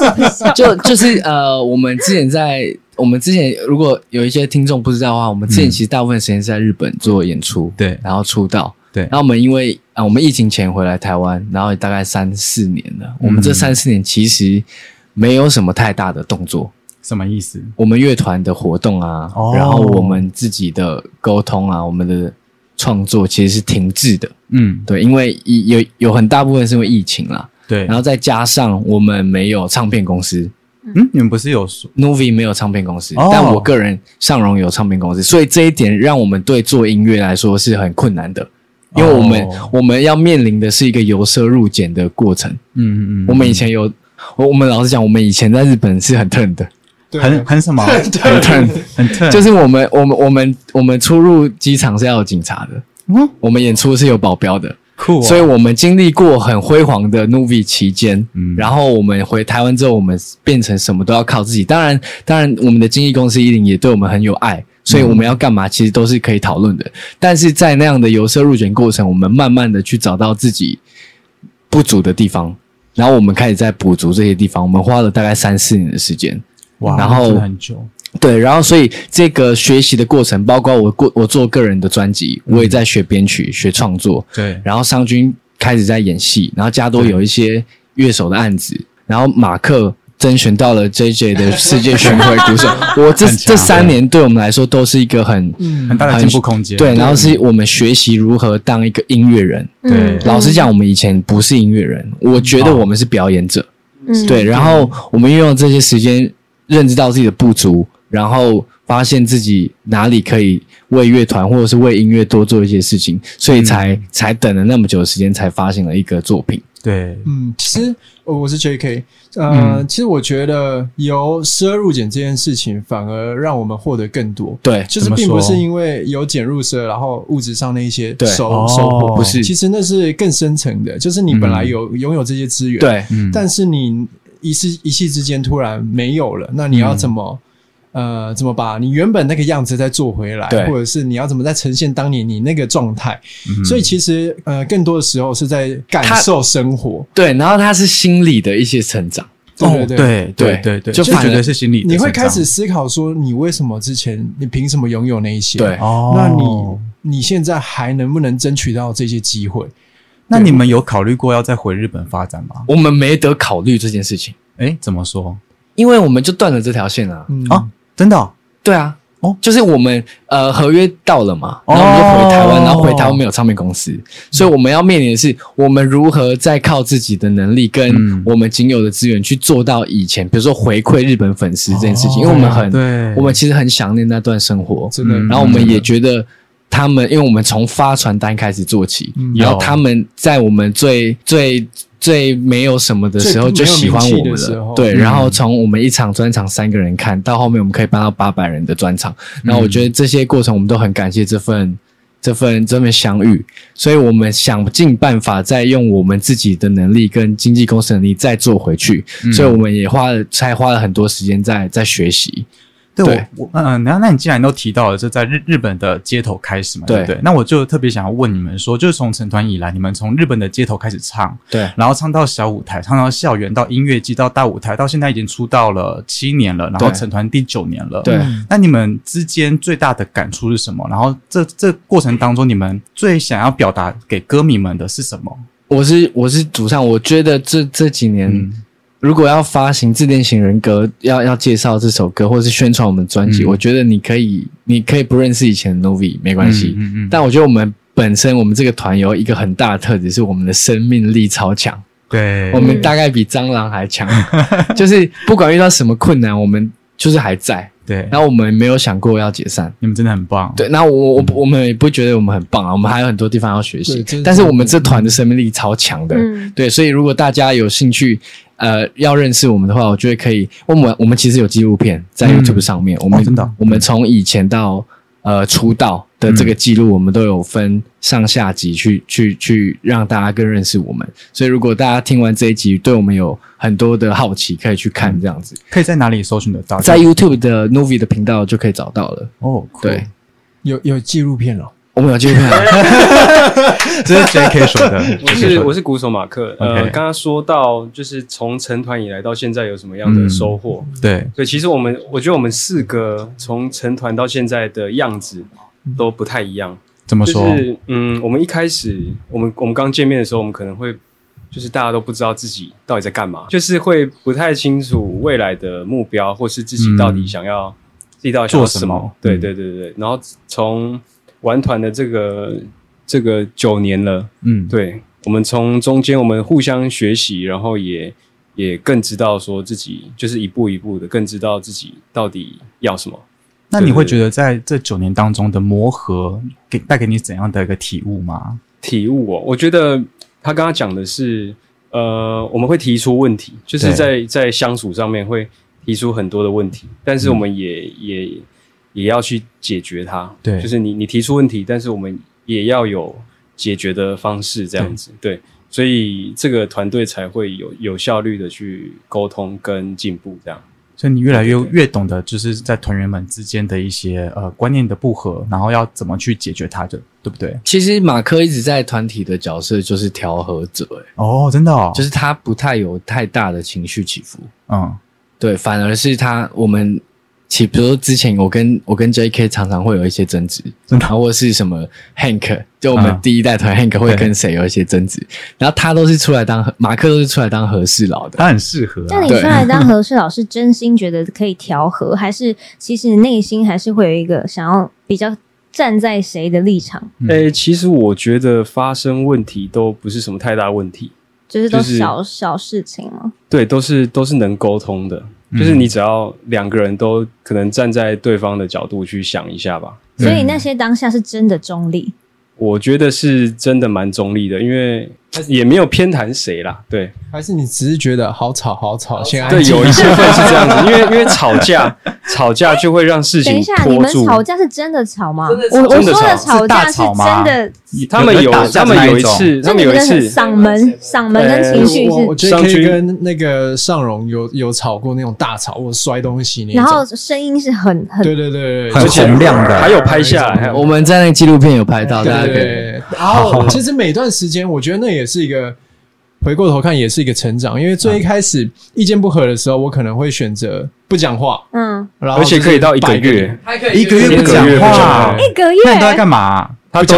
Speaker 3: 就就是呃，我们之前在我们之前，如果有一些听众不知道的话，我们之前
Speaker 1: 嗯
Speaker 3: 其实大部分时间是在日本做演出，
Speaker 1: 对
Speaker 3: 然后出道，
Speaker 1: 对
Speaker 3: 然后我们因为啊、我们疫情前回来台湾，然后也大概三四年了，我们这
Speaker 1: 嗯
Speaker 3: 三四年其实没有什么太大的动作，
Speaker 1: 什么意思？
Speaker 3: 我们乐团的活动啊，
Speaker 1: 哦
Speaker 3: 然后我们自己的沟通啊，我们的创作其实是停滞的，
Speaker 1: 嗯，
Speaker 3: 对，因为疫有有很大部分是因为疫情啦，
Speaker 1: 对
Speaker 3: 然。后再加上我们没有唱片公司。
Speaker 1: 嗯，你们不是有说
Speaker 3: Novi 没有唱片公司，
Speaker 1: 哦
Speaker 3: 但我个人上荣有唱片公司，所以这一点让我们对做音乐来说是很困难的，因为我们、
Speaker 1: 哦
Speaker 3: 我们要面临的是一个由奢入俭的过程。
Speaker 1: 嗯嗯嗯，
Speaker 3: 我们以前有，我我们老实讲，我们以前在日本是很 turn 的，
Speaker 5: 对
Speaker 1: 很很什么
Speaker 3: 很 turn，
Speaker 1: 很特，
Speaker 3: 就是是我们我们我们我们出入机场是要有警察的，
Speaker 1: 嗯
Speaker 3: 我们演出是有保镖的，
Speaker 1: 酷哦，
Speaker 3: 所以我们经历过很辉煌的 Novi 期间，
Speaker 1: 嗯
Speaker 3: 然后我们回台湾之后，我们变成什么都要靠自己。当然，当然，我们的经纪公司一零也对我们很有爱，所以我们要干嘛其实都是可以讨论的。但是在那样的由奢入俭过程，我们慢慢的去找到自己不足的地方，然后我们开始在补足这些地方。我们花了大概三四年的时间，
Speaker 1: 哇，
Speaker 3: 然后
Speaker 1: 真的很久，
Speaker 3: 对，然后所以这个学习的过程，包括我过我做个人的专辑，我也在学编曲、学创作，
Speaker 1: 对，
Speaker 3: 然后商君开始在演戏，然后加多有一些乐手的案子，然后马克甄选到了 JJ 的世界巡回 鼓手。我这
Speaker 1: 很强
Speaker 3: 这三年对我们来说都是一个很
Speaker 5: 嗯
Speaker 1: 很大的进步空间，
Speaker 3: 对，然后是我们学习如何当一个音乐人。
Speaker 1: 对
Speaker 2: 嗯
Speaker 3: 老实讲，我们以前不是音乐人，我觉得我们是表演者。
Speaker 2: 嗯
Speaker 3: 对，然后我们运用这些时间，认知到自己的不足，然后发现自己哪里可以为乐团或者是为音乐多做一些事情，所以才、才等了那么久的时间，才发行了一个作品。
Speaker 1: 对，
Speaker 5: 嗯，其实我我是 J.K.，呃，
Speaker 1: 嗯
Speaker 5: 其实我觉得由奢入俭这件事情，反而让我们获得更多。
Speaker 3: 对，
Speaker 5: 就是
Speaker 1: 怎么
Speaker 5: 并
Speaker 1: 说
Speaker 5: 不是因为由俭入奢，然后物质上的一些
Speaker 3: 对
Speaker 5: 收
Speaker 1: 哦
Speaker 5: 收获，
Speaker 1: 不是
Speaker 5: 其实那是更深层的，就是你本来有拥有这些资源，，
Speaker 3: 对，
Speaker 1: 嗯，
Speaker 5: 但是你一夕一夕之间突然没有了，那你要怎
Speaker 1: 嗯
Speaker 5: 么？呃，怎么把你原本那个样子再做回来，
Speaker 3: 对
Speaker 5: 或者是你要怎么再呈现当年你那个状态？
Speaker 1: 嗯
Speaker 5: 所以其实呃，更多的时候是在感
Speaker 3: 他
Speaker 5: 受生活。
Speaker 3: 对，然后它是心理的一些成长。
Speaker 5: 对对
Speaker 1: 哦
Speaker 5: 对
Speaker 1: 对
Speaker 3: 对
Speaker 1: 对对对，
Speaker 3: 嗯就
Speaker 1: 这
Speaker 3: 反
Speaker 1: 绝
Speaker 3: 而
Speaker 1: 对是心理的
Speaker 5: 你会
Speaker 1: 成长
Speaker 5: 开始思考说，你为什么之前你凭什么拥有那一些？
Speaker 3: 对，
Speaker 1: 哦，
Speaker 5: 那你你现在还能不能争取到这些机会？
Speaker 1: 那你们有考虑过要再回日本发展吗？
Speaker 3: 我们没得考虑这件事情，
Speaker 1: 哎，怎么说
Speaker 3: 因为我们就断了这条线啊。
Speaker 5: 嗯
Speaker 1: 啊？真的哦
Speaker 3: 对啊。
Speaker 1: 哦
Speaker 3: 就是我们呃合约到了嘛，然后我们就回台湾，
Speaker 1: 哦
Speaker 3: 然后回台湾没有唱片公司，所以我们要面临的是，我们如何再靠自己的能力跟
Speaker 1: 嗯
Speaker 3: 我们仅有的资源去做到以前，比如说回馈日本粉丝这件事情，因为我们很，
Speaker 1: 哦对，
Speaker 3: 我们其实很想念那段生活，
Speaker 5: 真的，
Speaker 1: 嗯
Speaker 3: 然后我们也觉得他们，因为我们从发传单开始做起，
Speaker 5: 嗯
Speaker 3: 然后
Speaker 1: 有
Speaker 3: 他们在我们最最最没有什么的时候就
Speaker 5: 最没有
Speaker 3: 喜欢我
Speaker 5: 名气
Speaker 3: 们
Speaker 5: 的时
Speaker 3: 了
Speaker 5: 候，
Speaker 3: 对。
Speaker 1: 嗯
Speaker 3: 然后从我们一场专场三个人
Speaker 1: 嗯
Speaker 3: 看到后面，我们可以搬到八百人的专场，然后我觉得这些过程我们都很感谢这份。这份这份相遇，所以我们想尽办法再用我们自己的能力跟经纪公司的能力再做回去，
Speaker 1: 嗯
Speaker 3: 所以我们也花了才花了很多时间在在学习。
Speaker 1: 对，
Speaker 3: 对
Speaker 1: 我我嗯，那、那你既然都提到了，这在日日本的街头开始嘛，对不
Speaker 3: 对
Speaker 1: 对？那我就特别想要问你们说，就是从成团以来，你们从日本的街头开始唱，
Speaker 3: 对
Speaker 1: 然后唱到小舞台，唱到校园，到音乐季，到大舞台，到现在已经出道了七年了，然后
Speaker 3: 对
Speaker 1: 成团第九年了，
Speaker 3: 对。
Speaker 1: 那你们之间最大的感触是什么？然后这这过程当中，你们最想要表达给歌迷们的是什么？
Speaker 3: 我是我是主唱，我觉得这这几年、
Speaker 1: 嗯
Speaker 3: 如果要发行《自恋型人格》，要要介绍这首歌，或是宣传我们专辑，
Speaker 1: 嗯
Speaker 3: 我觉得你可以，你可以不认识以前的 Novi 没关系，
Speaker 1: 嗯嗯嗯
Speaker 3: 但我觉得我们本身我们这个团有一个很大的特质，是我们的生命力超强，
Speaker 1: 对
Speaker 3: 我们
Speaker 2: 嗯
Speaker 3: 大概比蟑螂还强， 就是不管遇到什么困难，我们就是还在，
Speaker 1: 对，
Speaker 3: 然后我们没有想过要解散。
Speaker 1: 你们真的很棒，
Speaker 3: 对，那我我我们也不觉得我们很棒啊，我们还有很多地方要学
Speaker 5: 对
Speaker 3: 习
Speaker 5: 这是，
Speaker 3: 但是我们这团的生命力超强的，
Speaker 2: 嗯，
Speaker 3: 对，所以如果大家有兴趣，呃，要认识我们的话，我觉得可以。我们我们其实有纪录片在
Speaker 1: 嗯
Speaker 3: YouTube 上面，我们、
Speaker 1: 哦嗯真的
Speaker 3: 我们从以前到呃出道的这个记录，我们都有分上下集去去去让大家更认识我们。所以如果大家听完这一集，对我们有很多的好奇，可以去
Speaker 1: 嗯
Speaker 3: 看这样子，
Speaker 1: 可以在哪里搜寻得到？
Speaker 3: 在 YouTube 的 Novi 的频道就可以找到了。
Speaker 1: 哦，酷
Speaker 3: 对，
Speaker 5: 有有纪录片哦了，
Speaker 3: 我们有纪录片啊，
Speaker 1: 这是 J.K. 说的，
Speaker 4: 我 是我是鼓手马克，呃，
Speaker 1: OK
Speaker 4: 刚刚说到就是从成团以来到现在有什么样的
Speaker 1: 嗯
Speaker 4: 收获？
Speaker 1: 对，
Speaker 4: 对，其实我们我觉得我们四个从成团到现在的样子都不太一样。
Speaker 1: 嗯怎么
Speaker 4: 就
Speaker 1: 说？
Speaker 4: 是嗯，我们一开始，我们我们刚见面的时候，我们可能会就是大家都不知道自己到底在干嘛，就是会不太清楚未来的目标，或是自己到底想要、自己到底想
Speaker 1: 嗯
Speaker 4: 要
Speaker 1: 做
Speaker 4: 什
Speaker 1: 什么
Speaker 4: 对
Speaker 1: 嗯
Speaker 4: 对对对，然后从玩团的这个这个九年了，
Speaker 1: 嗯，
Speaker 4: 对我们从中间我们互相学习，然后也也更知道说自己就是一步一步的更知道自己到底要什么。
Speaker 1: 那你会觉得在这九年当中的磨合给带给你怎样的一个体悟吗？
Speaker 4: 体悟哦。我觉得他刚刚讲的是，呃，我们会提出问题，就是在在相处上面会提出很多的问题，但
Speaker 1: 嗯
Speaker 4: 是我们也、也也要去解决它。
Speaker 1: 对
Speaker 4: 就是你你提出问题，但是我们也要有解决的方式，这样子对。所以这个团队才会有有效率的去沟通跟进步，这样。
Speaker 1: 所以你越来越
Speaker 4: 对对
Speaker 1: 越懂得，就是在团员们之间的一些呃观念的不合，然后要怎么去解决它的，对不对？
Speaker 3: 其实马克一直在团体的角色就是调和者、欸
Speaker 1: 哦，真的哦，
Speaker 3: 就是他不太有太大的情绪起伏。
Speaker 1: 嗯，
Speaker 3: 对，反而是他我们其比如说之前我跟我跟 J.K. 常常会有一些争执，
Speaker 1: 真的
Speaker 3: 然后或是什么 Hank，就我们
Speaker 1: 嗯
Speaker 3: 第一代团 Hank 会
Speaker 1: 对
Speaker 3: 跟谁有一些争执，然后他都是出来当和马克都是出来当和事佬的。
Speaker 1: 它很适合啊、
Speaker 2: 那你
Speaker 3: 对
Speaker 2: 出来当和事佬是真心觉得可以调和，还是其实你内心还是会有一个想要比较站在谁的立场，
Speaker 1: 嗯
Speaker 4: 诶、其实我觉得发生问题都不是什么太大问题，
Speaker 2: 就是都
Speaker 4: 就是
Speaker 2: 小、小事情嘛。
Speaker 4: 对，都是都是能沟通的，
Speaker 1: 嗯
Speaker 4: 就是你只要两个人都可能站在对方的角度去想一下吧。
Speaker 2: 所以那些当下是真的中立，
Speaker 4: 我觉得是真的蛮中立的，因为也没有偏袒谁啦。对
Speaker 5: 还是你只是觉得好吵好吵，先安
Speaker 4: 对，
Speaker 5: 静
Speaker 4: 有一些会是这样子，因为因为吵架，吵架就会让事
Speaker 2: 等
Speaker 4: 情
Speaker 2: 一下，你
Speaker 4: 拖
Speaker 2: 们
Speaker 4: 住。
Speaker 2: 吵架是真的吵吗？
Speaker 6: 真的吵
Speaker 2: 我我
Speaker 4: 真的
Speaker 2: 说的
Speaker 4: 吵
Speaker 2: 吵架
Speaker 1: 是
Speaker 2: 是
Speaker 1: 大吵吗
Speaker 2: 真的，
Speaker 4: 他们有
Speaker 1: 有打架
Speaker 4: 他
Speaker 1: 的
Speaker 4: 们
Speaker 1: 那一
Speaker 4: 有一
Speaker 1: 种
Speaker 4: 次，他们有一
Speaker 2: 真的
Speaker 4: 次
Speaker 2: 是嗓门、嗓门跟情绪
Speaker 5: 哎我我
Speaker 2: 是，
Speaker 5: 觉得
Speaker 4: 商
Speaker 5: 可以
Speaker 4: 君
Speaker 5: 跟那个尚荣有有吵过那种大吵，我摔东西那种。
Speaker 2: 然后声音是很很
Speaker 5: 对对对，对
Speaker 1: 很
Speaker 5: 就是
Speaker 1: 洪亮的
Speaker 4: 还有拍下来，还有
Speaker 3: 我们在那个纪录片有拍到，大家
Speaker 5: 对
Speaker 3: 可
Speaker 5: 对
Speaker 3: 以。
Speaker 5: 对。然后其实每段时间，我觉得那也是一个回过头看也是一个成长，因为最一开始意见不合的时候，我可能会选择不讲话，
Speaker 2: 嗯
Speaker 5: 然后
Speaker 4: 而且可以到一个
Speaker 5: 就是摆
Speaker 4: 月，
Speaker 1: 一个哎月不讲
Speaker 4: 一个月不讲
Speaker 1: 话
Speaker 4: 话，
Speaker 2: 一个月
Speaker 1: 那你都在干嘛？
Speaker 4: 他都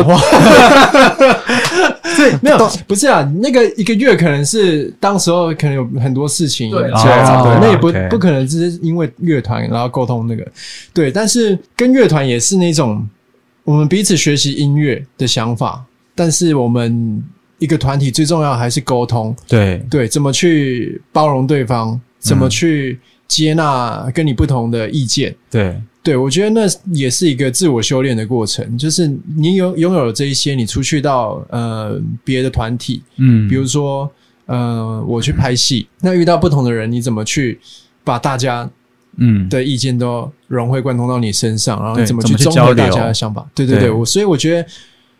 Speaker 5: 个，没有不是啊，那个一个月可能是当时候可能有很多事情
Speaker 3: 对
Speaker 5: 所以
Speaker 1: 哦
Speaker 5: 吵
Speaker 1: 对
Speaker 5: 那也不
Speaker 1: OK
Speaker 5: 不可能只是因为乐团然后沟通那个，对，但是跟乐团也是那种我们彼此学习音乐的想法，但是我们一个团体最重要还是沟通，
Speaker 1: 对，
Speaker 5: 对，怎么去包容对方，怎么去
Speaker 1: 嗯
Speaker 5: 接纳跟你不同的意见。
Speaker 1: 对，
Speaker 5: 对，我觉得那也是一个自我修炼的过程，就是你有拥有了这一些，你出去到呃别的团体，
Speaker 1: 嗯，
Speaker 5: 比如说呃我去拍戏，那遇到不同的人，你怎么去把大家
Speaker 1: 嗯，
Speaker 5: 的意见都融会贯通到你身上，然后你
Speaker 1: 对
Speaker 5: 怎么
Speaker 1: 怎
Speaker 5: 去
Speaker 1: 么去
Speaker 5: 综
Speaker 1: 交
Speaker 5: 合大
Speaker 1: 流
Speaker 5: 家的想法？对对对，
Speaker 1: 对
Speaker 5: 我所以我觉得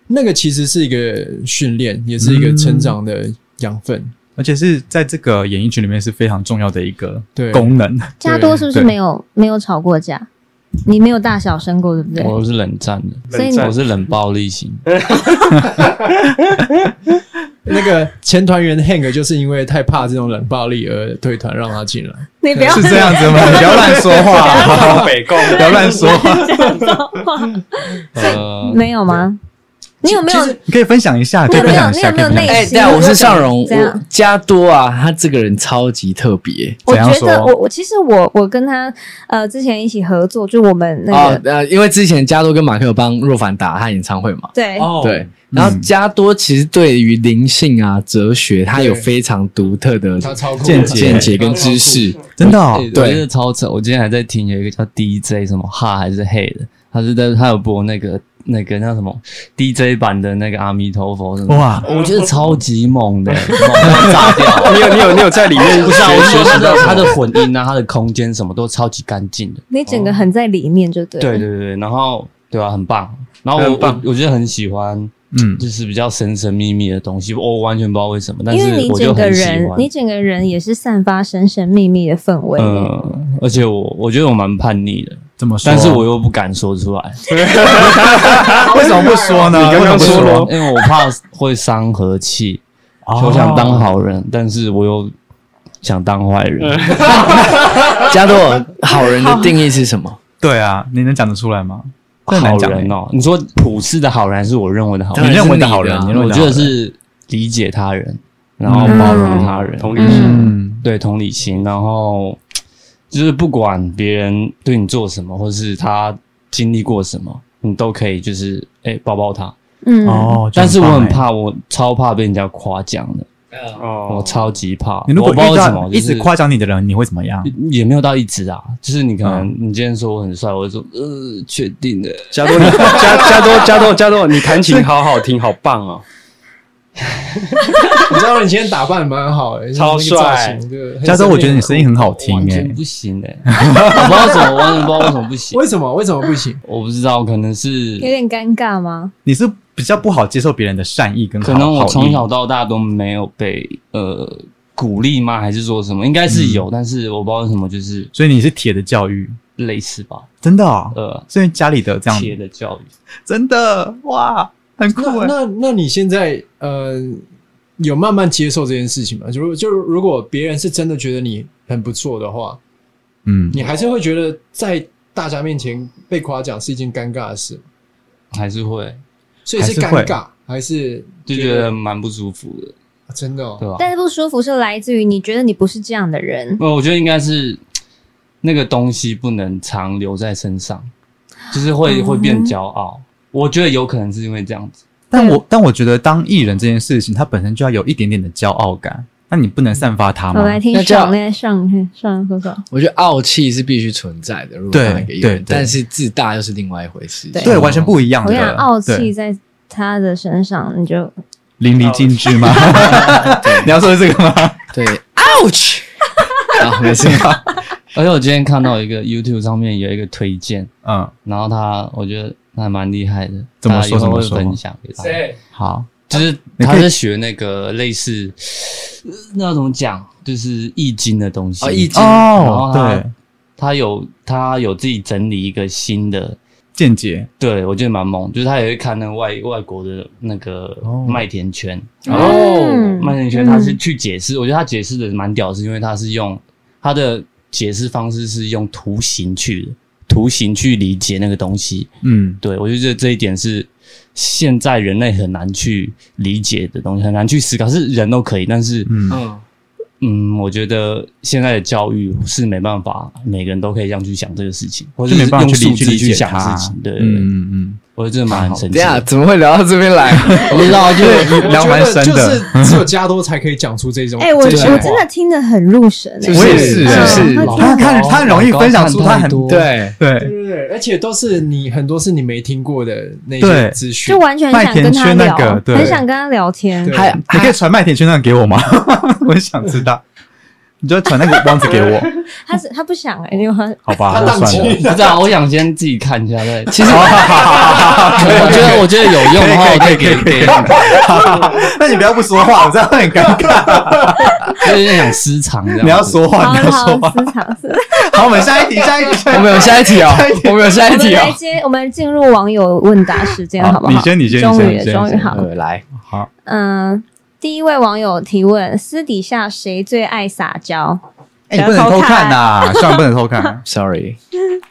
Speaker 5: 那个其实是一个训练，也是一
Speaker 1: 嗯
Speaker 5: 个成长的养分。
Speaker 1: 而且是在这个演艺圈里面是非常重要的一个
Speaker 5: 对
Speaker 1: 功能。
Speaker 2: 加多是不是
Speaker 1: 对
Speaker 2: 没有没有吵过架？你没有大小声过，对不对？
Speaker 6: 我是冷战的，
Speaker 2: 所以你
Speaker 4: 冷
Speaker 6: 我是冷暴力型，
Speaker 5: 那个前团员 Hank 就是因为太怕这种冷暴力而退团，让他进来。
Speaker 2: 你 不要
Speaker 1: 是这样子吗？你不要乱说话，
Speaker 4: 北共
Speaker 1: 不要乱说话。
Speaker 2: 讲这种 话，
Speaker 6: 呃，
Speaker 2: 没有吗？你有没有？
Speaker 1: 你可以分享一下，可
Speaker 2: 你
Speaker 1: 以
Speaker 2: 有没
Speaker 1: 分
Speaker 2: 有
Speaker 1: 享一下，
Speaker 2: 你
Speaker 1: 可以
Speaker 2: 有没有
Speaker 1: 分享一下。
Speaker 2: 内
Speaker 3: 哎、
Speaker 2: 心
Speaker 3: 对啊，我是尚荣，
Speaker 2: 怎样
Speaker 3: 我加多啊，他这个人超级特别
Speaker 2: 我
Speaker 1: 怎样
Speaker 2: 觉得
Speaker 1: 说
Speaker 2: 我我其实我我跟他呃之前一起合作，就我们那
Speaker 3: 哦
Speaker 6: 啊
Speaker 2: 个。
Speaker 3: 呃，因为之前加多跟马克有帮若凡打他演唱会嘛，
Speaker 2: 对，
Speaker 6: 哦
Speaker 1: 嗯
Speaker 3: 对，然后加多其实对于灵性啊、哲学，他有
Speaker 5: 对
Speaker 3: 非常独特的
Speaker 5: 他超酷
Speaker 1: 见解
Speaker 3: 见解跟知识。
Speaker 1: 真的哦，
Speaker 6: 对，我觉得超扯。我今天还在听有一个叫 DJ 什么哈还是嘿的，他是在他有播那个那个那什么 DJ 版的那个阿弥陀佛什么，
Speaker 1: 哇，
Speaker 6: 我觉得超级 猛的，猛到炸 掉。
Speaker 4: 你有你有你有在里面
Speaker 6: 不是啊，
Speaker 4: 学
Speaker 6: 我
Speaker 4: 学
Speaker 6: 说
Speaker 4: 习
Speaker 6: 他
Speaker 4: 到
Speaker 6: 的
Speaker 4: 什
Speaker 6: 他
Speaker 4: 么
Speaker 6: 的混音啊，他的空间什么都超级干净的。
Speaker 2: 你整个很在里面，就对。
Speaker 6: 对对对，对然后对啊，很棒。然后我
Speaker 4: 很棒
Speaker 6: 我我觉得很喜欢，
Speaker 1: 嗯，
Speaker 6: 就是比较神神秘秘的东西，我完全不知道为什么，但
Speaker 2: 因
Speaker 6: 是
Speaker 2: 为你
Speaker 6: 我就
Speaker 2: 整个
Speaker 6: 很喜
Speaker 2: 人，
Speaker 6: 欢
Speaker 2: 你。整个人也是散发神神秘秘的氛围。
Speaker 6: 嗯，而且我我觉得我蛮叛逆的，
Speaker 1: 怎么说？
Speaker 6: 但是我又不敢说出来，
Speaker 1: 为什么不说呢？
Speaker 4: 你刚刚
Speaker 1: 为什么不
Speaker 4: 说了
Speaker 6: 因为我怕会伤和气。
Speaker 1: 哦
Speaker 6: 我想当好人，但是我又想当坏人。
Speaker 3: 加多好人的定义是什么？
Speaker 1: 对啊，你能讲得出来吗？这很难
Speaker 6: 好
Speaker 1: 讲
Speaker 6: 人哦，你说普世的好人还是我认为的好
Speaker 3: 当然
Speaker 1: 你
Speaker 3: 是
Speaker 6: 人？
Speaker 1: 认为
Speaker 3: 你
Speaker 1: 的
Speaker 3: 的
Speaker 1: 好人，
Speaker 3: 啊
Speaker 1: 你认为
Speaker 6: 我
Speaker 1: 的
Speaker 6: 觉
Speaker 1: 好
Speaker 6: 得
Speaker 1: 人
Speaker 6: 是理解他人，然后
Speaker 1: 嗯
Speaker 6: 包容他人，
Speaker 4: 同理
Speaker 2: 嗯
Speaker 4: 心，
Speaker 1: 嗯，
Speaker 6: 对同理心，然后就是不管别人对你做什么，或是他经历过什么，你都可以就是哎、抱抱他。
Speaker 2: 嗯，
Speaker 1: 哦，
Speaker 6: 但是
Speaker 1: 就
Speaker 6: 我
Speaker 1: 棒
Speaker 6: 很
Speaker 1: 欸。
Speaker 6: 怕，我超怕被人家夸奖的，
Speaker 4: 哦
Speaker 6: 我超级怕。
Speaker 1: 你如
Speaker 6: 我
Speaker 1: 果
Speaker 6: 不
Speaker 1: 遇
Speaker 6: 知道为什
Speaker 1: 到
Speaker 6: 么
Speaker 1: 一直。
Speaker 6: 就是
Speaker 1: 夸奖你的人，你会怎么样？
Speaker 6: 也没有到一直啊，就是你可能
Speaker 1: 嗯
Speaker 6: 你今天说我很帅，我就说呃确定的，
Speaker 4: 加多你加加多加多加多，你弹琴好好听，好棒哦！
Speaker 5: 你知道你今天打扮蛮好、欸，
Speaker 4: 超帅
Speaker 1: 加州，我觉得你声音很好听欸
Speaker 6: 完
Speaker 1: 诶
Speaker 6: 全，不行哎、 我不知道怎么，我完全不知道为什么不行，
Speaker 5: 为什么为什么不行？
Speaker 6: 我不知道，可能是
Speaker 2: 有点尴尬吗？
Speaker 1: 你是比较不好接受别人的善意跟好
Speaker 6: 可能我
Speaker 1: 好
Speaker 6: 从
Speaker 1: 意
Speaker 6: 小到大都没有被呃鼓励吗？还是说什么？应该是
Speaker 1: 嗯
Speaker 6: 有，但是我不知道为什么，就是
Speaker 1: 所以你是铁的教育，
Speaker 6: 类似吧，
Speaker 1: 真的哦，
Speaker 6: 呃，
Speaker 1: 所以家里的这样
Speaker 6: 铁的教育，
Speaker 1: 真的哇，很酷
Speaker 5: 那
Speaker 1: 哎。
Speaker 5: 那那你现在呃有慢慢接受这件事情吗？就如就如果别人是真的觉得你很不错的话，
Speaker 1: 嗯，
Speaker 5: 你还是会觉得在大家面前被夸奖是一件尴尬的事吗，
Speaker 6: 还是会
Speaker 5: 所以是
Speaker 1: 还是会
Speaker 5: 尴尬还是
Speaker 6: 就觉得蛮不舒服的，
Speaker 5: 啊真的、哦？
Speaker 6: 对吧？
Speaker 2: 但是不舒服是来自于你觉得你不是这样的人，
Speaker 6: 呃，我觉得应该是那个东西不能常留在身上，就是会会变骄傲。我觉得有可能是因为这样子，
Speaker 1: 但我但我觉得当艺人这件事情，它本身就要有一点点的骄傲感，那你不能散发它
Speaker 2: 我
Speaker 1: 吗？
Speaker 2: 们来听
Speaker 3: 那这样
Speaker 2: 爽恋上上说说，
Speaker 3: 我觉得傲气是必须存在的，如果
Speaker 1: 对
Speaker 3: 当一个艺人
Speaker 1: 对对
Speaker 3: 但是自大又是另外一回事。哦
Speaker 2: 对
Speaker 1: 对，完全不一样
Speaker 2: 我
Speaker 1: 的。
Speaker 2: 跟你讲，傲气
Speaker 1: 对
Speaker 2: 在他的身上，你就
Speaker 1: 淋漓尽致吗？你要说的是这个吗？
Speaker 3: 对，ouch！啊，没事。
Speaker 6: 而且我今天看到一个 YouTube 上面有一个推荐，
Speaker 1: 嗯，
Speaker 6: 然后他我觉得他还蛮厉害的，
Speaker 1: 怎么说
Speaker 6: 大家以后
Speaker 1: 怎么说
Speaker 6: 会分享给他。
Speaker 1: 好，
Speaker 6: 就是
Speaker 1: 你
Speaker 6: 他
Speaker 1: 可以
Speaker 6: 是学那个类似，呃那要怎么讲？就是易经的东西
Speaker 5: 啊
Speaker 1: 啊
Speaker 3: 哦易经
Speaker 1: 哦，
Speaker 6: 然后
Speaker 1: 对，
Speaker 6: 他有他有自己整理一个新的，
Speaker 1: 见解，
Speaker 6: 对我觉得蛮猛。就是他也会看那个外外国的那个
Speaker 1: 哦
Speaker 6: 麦田圈，哦
Speaker 2: 嗯
Speaker 6: 麦田圈他是去解释，我觉得他解释的蛮屌，是因为他是用他的解释方式是用图形去的，图形去理解那个东西。
Speaker 1: 嗯，
Speaker 6: 对，我就觉得这一点是现在人类很难去理解的东西，很难去思考。是人都可以，但是
Speaker 1: 嗯
Speaker 3: 嗯，
Speaker 6: 嗯，我觉得现在的教育是没办法每个人都可以这样去想这个事情，或者
Speaker 1: 就是没办法
Speaker 6: 用
Speaker 1: 去
Speaker 6: 数
Speaker 1: 理去
Speaker 6: 字
Speaker 1: 理
Speaker 6: 去
Speaker 1: 解
Speaker 6: 想
Speaker 1: 它
Speaker 6: 事情。对，
Speaker 1: 嗯嗯嗯，
Speaker 6: 我觉得真的蛮
Speaker 3: 等
Speaker 6: 神
Speaker 3: 一
Speaker 6: 奇
Speaker 3: 下
Speaker 6: 的。
Speaker 3: 怎么会聊到这边 来？我不知道，就
Speaker 5: 我
Speaker 1: 聊蛮
Speaker 5: 觉得
Speaker 1: 深的
Speaker 5: 就是只有加多才可以讲出这种。
Speaker 2: 哎，我我
Speaker 5: 哦这些话
Speaker 2: 真的听得很入神
Speaker 3: 是
Speaker 2: 哎
Speaker 3: 不
Speaker 1: 我也
Speaker 3: 是
Speaker 1: 是，
Speaker 3: 是
Speaker 2: 嗯
Speaker 1: 他看他很容易分享出他很
Speaker 6: 多
Speaker 3: 对。
Speaker 5: 对
Speaker 1: 对
Speaker 5: 对对，而且都是你很多是你没听过的那
Speaker 1: 对
Speaker 5: 些资讯
Speaker 2: 就，完全很想跟他
Speaker 1: 麦田圈那
Speaker 2: 聊
Speaker 1: 个，对
Speaker 2: 很想跟他聊天
Speaker 5: 对。
Speaker 3: 还
Speaker 1: 你可以传麦田圈那个给我吗？我很想知道。你就传那个网址给 我，
Speaker 2: 他是他不想哎、欸，你 们
Speaker 1: 好吧？
Speaker 5: 他
Speaker 1: 那
Speaker 5: 宕
Speaker 1: 算了。
Speaker 5: 机
Speaker 6: 不知道，我想先自己看一下再。 其实
Speaker 1: 我
Speaker 6: 我觉得我觉得有用的话，我可以给给你，
Speaker 1: 那你不要不说话，我这样会很尴尬。
Speaker 6: 就是想私藏这样子。
Speaker 1: 你要说话，
Speaker 2: 好
Speaker 1: 你要
Speaker 2: 好
Speaker 1: 说
Speaker 2: 好
Speaker 1: 话。
Speaker 2: 私藏私藏。
Speaker 1: 好，我们下一题，下一题， 下一
Speaker 3: 我
Speaker 1: 题。
Speaker 3: 们有下一题哦，我们有下
Speaker 2: 我
Speaker 3: 一
Speaker 2: 们
Speaker 3: 题
Speaker 2: 来
Speaker 3: 哦。
Speaker 2: 接，我们进入网友问答时间，
Speaker 1: 好
Speaker 2: 好不好？
Speaker 1: 你先你先
Speaker 2: 终于
Speaker 1: 你先
Speaker 2: 终
Speaker 1: 你
Speaker 2: 于
Speaker 1: 先
Speaker 2: 好。
Speaker 3: 呃，来，
Speaker 2: 嗯，第一位网友提问：私底下谁最爱撒娇？
Speaker 1: 哎，你不能偷看呐，虽然不能偷看。
Speaker 3: Sorry，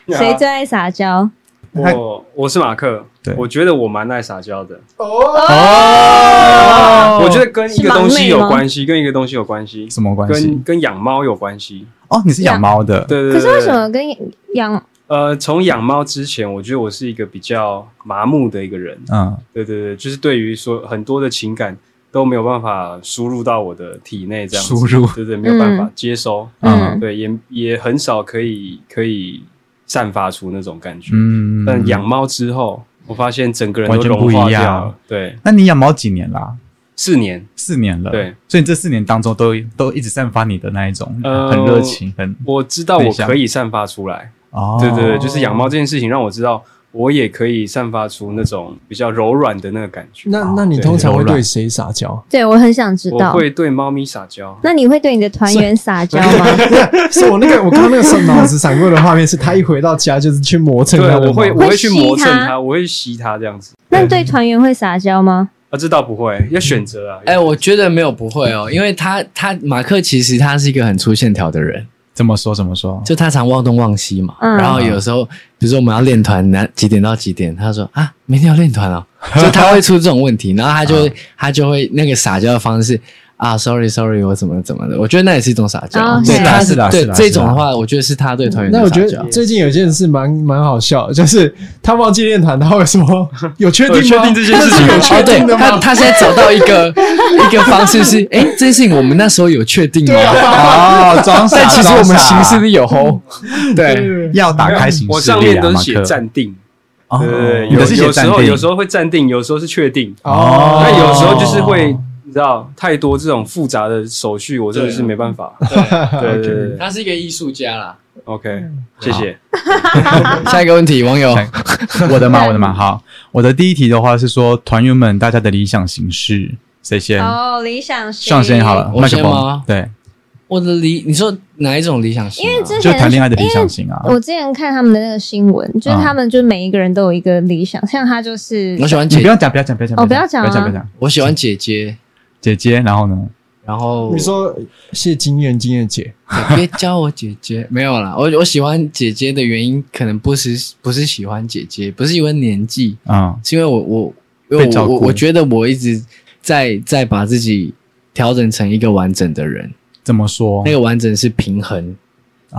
Speaker 2: 谁最爱撒娇？
Speaker 4: 我我是马克
Speaker 1: 对，
Speaker 4: 我觉得我蛮爱撒娇的。
Speaker 1: 哦
Speaker 4: 我觉得跟一
Speaker 2: 是
Speaker 4: 个
Speaker 2: 忙
Speaker 4: 东西
Speaker 2: 内
Speaker 4: 有
Speaker 2: 吗
Speaker 4: 关系，跟一个东西有关系，
Speaker 1: 什么关系
Speaker 4: 跟？跟养猫有关系。
Speaker 1: 哦，你是养猫的，
Speaker 4: 对对
Speaker 2: 可
Speaker 4: 对。
Speaker 2: 是为什
Speaker 4: 对
Speaker 2: 么跟养
Speaker 4: 呃，从养猫之前，我觉得我是一个比较麻木的一个人。
Speaker 1: 嗯，
Speaker 4: 对对对，就是对于说很多的情感都没有办法输入到我的体内，这样子
Speaker 1: 输入
Speaker 4: 对对，没有办法
Speaker 2: 嗯
Speaker 4: 接收，
Speaker 2: 嗯
Speaker 4: 对，也也很少可以可以散发出那种感觉。
Speaker 1: 嗯，
Speaker 4: 但养猫之后，我发现整个人
Speaker 1: 完
Speaker 4: 都
Speaker 1: 全
Speaker 4: 融化
Speaker 1: 不一
Speaker 4: 掉
Speaker 1: 样
Speaker 4: 了。对，
Speaker 1: 那你养猫几年啦、
Speaker 4: 四年，
Speaker 1: 四年了，
Speaker 4: 对，
Speaker 1: 所以你这四年当中都都一直散发你的那一种、
Speaker 4: 呃
Speaker 1: 很热情，很
Speaker 4: 我知道
Speaker 1: 内
Speaker 4: 我
Speaker 1: 向
Speaker 4: 可以散发出来。
Speaker 1: 哦，
Speaker 4: 对对对，就是养猫这件事情让我知道，我也可以散发出那种比较柔软的那个感觉。
Speaker 5: 那那你
Speaker 4: 对
Speaker 5: 通常
Speaker 1: 柔
Speaker 5: 会
Speaker 1: 软
Speaker 5: 对谁撒娇？
Speaker 2: 对我很想知
Speaker 4: 我
Speaker 2: 道。
Speaker 4: 会对猫咪撒娇。
Speaker 2: 那你会对你的团员撒娇吗？
Speaker 5: 是我那个我刚刚那个时候脑子闪过的画面，是他一回到家就是去磨蹭
Speaker 4: 对
Speaker 5: 他的，
Speaker 4: 我会
Speaker 5: 猫
Speaker 4: 我会去
Speaker 2: 会吸
Speaker 4: 磨蹭
Speaker 2: 它
Speaker 4: 它，我会吸它这样子。
Speaker 2: 那你对团员会撒娇吗？
Speaker 4: 啊，这倒不会，要选择啊。
Speaker 3: 哎、我觉得没有不会哦，因为他他马克其实他是一个很粗线条的人，
Speaker 1: 怎么说怎么说？
Speaker 3: 就他常忘东忘西嘛。
Speaker 2: 嗯
Speaker 3: 然后有时候，比如说我们要练团，那几点到几点，他说啊，明天要练团 哦，就他会出这种问题，然后他
Speaker 5: 嗯
Speaker 3: 就会、他就会那个撒娇的方式。啊，sorry sorry，我怎么怎么的？我觉得那也是一种撒娇
Speaker 2: 哦，
Speaker 3: 对，
Speaker 2: 是
Speaker 1: 啦
Speaker 3: 他
Speaker 1: 是
Speaker 5: 啊
Speaker 1: 啦
Speaker 3: 对
Speaker 1: 是啦
Speaker 3: 这种的
Speaker 1: 是
Speaker 3: 话，我觉得是他对团员
Speaker 5: 那
Speaker 3: 的
Speaker 5: 我
Speaker 3: 撒
Speaker 5: 觉
Speaker 3: 娇
Speaker 5: 得。最近有件事蛮蛮好笑，就是他忘记练团，他会说有确定吗？
Speaker 4: 有确定这件事情
Speaker 5: 有
Speaker 3: 哦，
Speaker 5: 确
Speaker 3: 对
Speaker 5: 定的
Speaker 3: 他
Speaker 5: 吗？
Speaker 3: 他现在找到一个一个方式是，哎，这件事情我们那时候有确定
Speaker 5: 啊
Speaker 3: 吗？
Speaker 1: 哦， 装傻，
Speaker 3: 但其实我们
Speaker 1: 装傻
Speaker 3: 行事力有吼， 对，
Speaker 1: 要打开行
Speaker 4: 我
Speaker 1: 事
Speaker 4: 上
Speaker 1: 力
Speaker 4: 面
Speaker 1: 啊，
Speaker 4: 都
Speaker 1: 马
Speaker 4: 是写
Speaker 1: 克。
Speaker 4: 暂定，
Speaker 1: 哦
Speaker 4: 对对对，
Speaker 1: 你的是
Speaker 4: 有
Speaker 1: 写
Speaker 4: 有时
Speaker 1: 暂
Speaker 4: 候
Speaker 1: 定，
Speaker 4: 有时候会暂定，有时候是确定，
Speaker 1: 哦
Speaker 4: 那有时候就是会。你知道太多这种复杂的手续，我真的是没 办法。 对对对对
Speaker 3: 他是一个艺术家啦。
Speaker 4: ，OK，谢谢。
Speaker 3: 下一个问题，网友
Speaker 1: 下我的妈，我的妈，好，我的第一题的话是说，团员们大家的理想形式，谁先？
Speaker 2: 哦，理想型
Speaker 1: 上先好了，
Speaker 3: 我
Speaker 1: 麦克
Speaker 3: 先
Speaker 1: 风
Speaker 3: 吗，
Speaker 1: 对，
Speaker 3: 我的理，你说哪一种理想型啊？
Speaker 2: 因为之
Speaker 1: 就
Speaker 2: 前
Speaker 1: 谈恋爱的理
Speaker 2: 因为
Speaker 1: 想型啊。
Speaker 2: 我之前看他们的那个新闻，就是
Speaker 1: 嗯
Speaker 2: 他们就是每一个人都有一个理想，像他就是
Speaker 3: 我喜欢
Speaker 1: 你不
Speaker 3: 姐，
Speaker 1: 要讲，不要讲，不要讲，
Speaker 2: 哦
Speaker 1: 不要讲，
Speaker 2: 不
Speaker 1: 不
Speaker 2: 要
Speaker 1: 要
Speaker 2: 讲
Speaker 1: 讲。
Speaker 3: 我喜欢姐姐，
Speaker 1: 姐姐，然后呢？
Speaker 3: 然后
Speaker 5: 你说谢金燕，金燕姐，
Speaker 3: 你别叫我姐姐， 没有啦，我我喜欢姐姐的原因，可能不是不是喜欢姐姐，不是因为年纪，
Speaker 1: 嗯，
Speaker 3: 是因为我我因为
Speaker 1: 被照
Speaker 3: 我
Speaker 1: 顾
Speaker 3: 我我觉得我一直在在把自己调整成一个完整的人，
Speaker 1: 怎么说？
Speaker 3: 那个完整是平衡，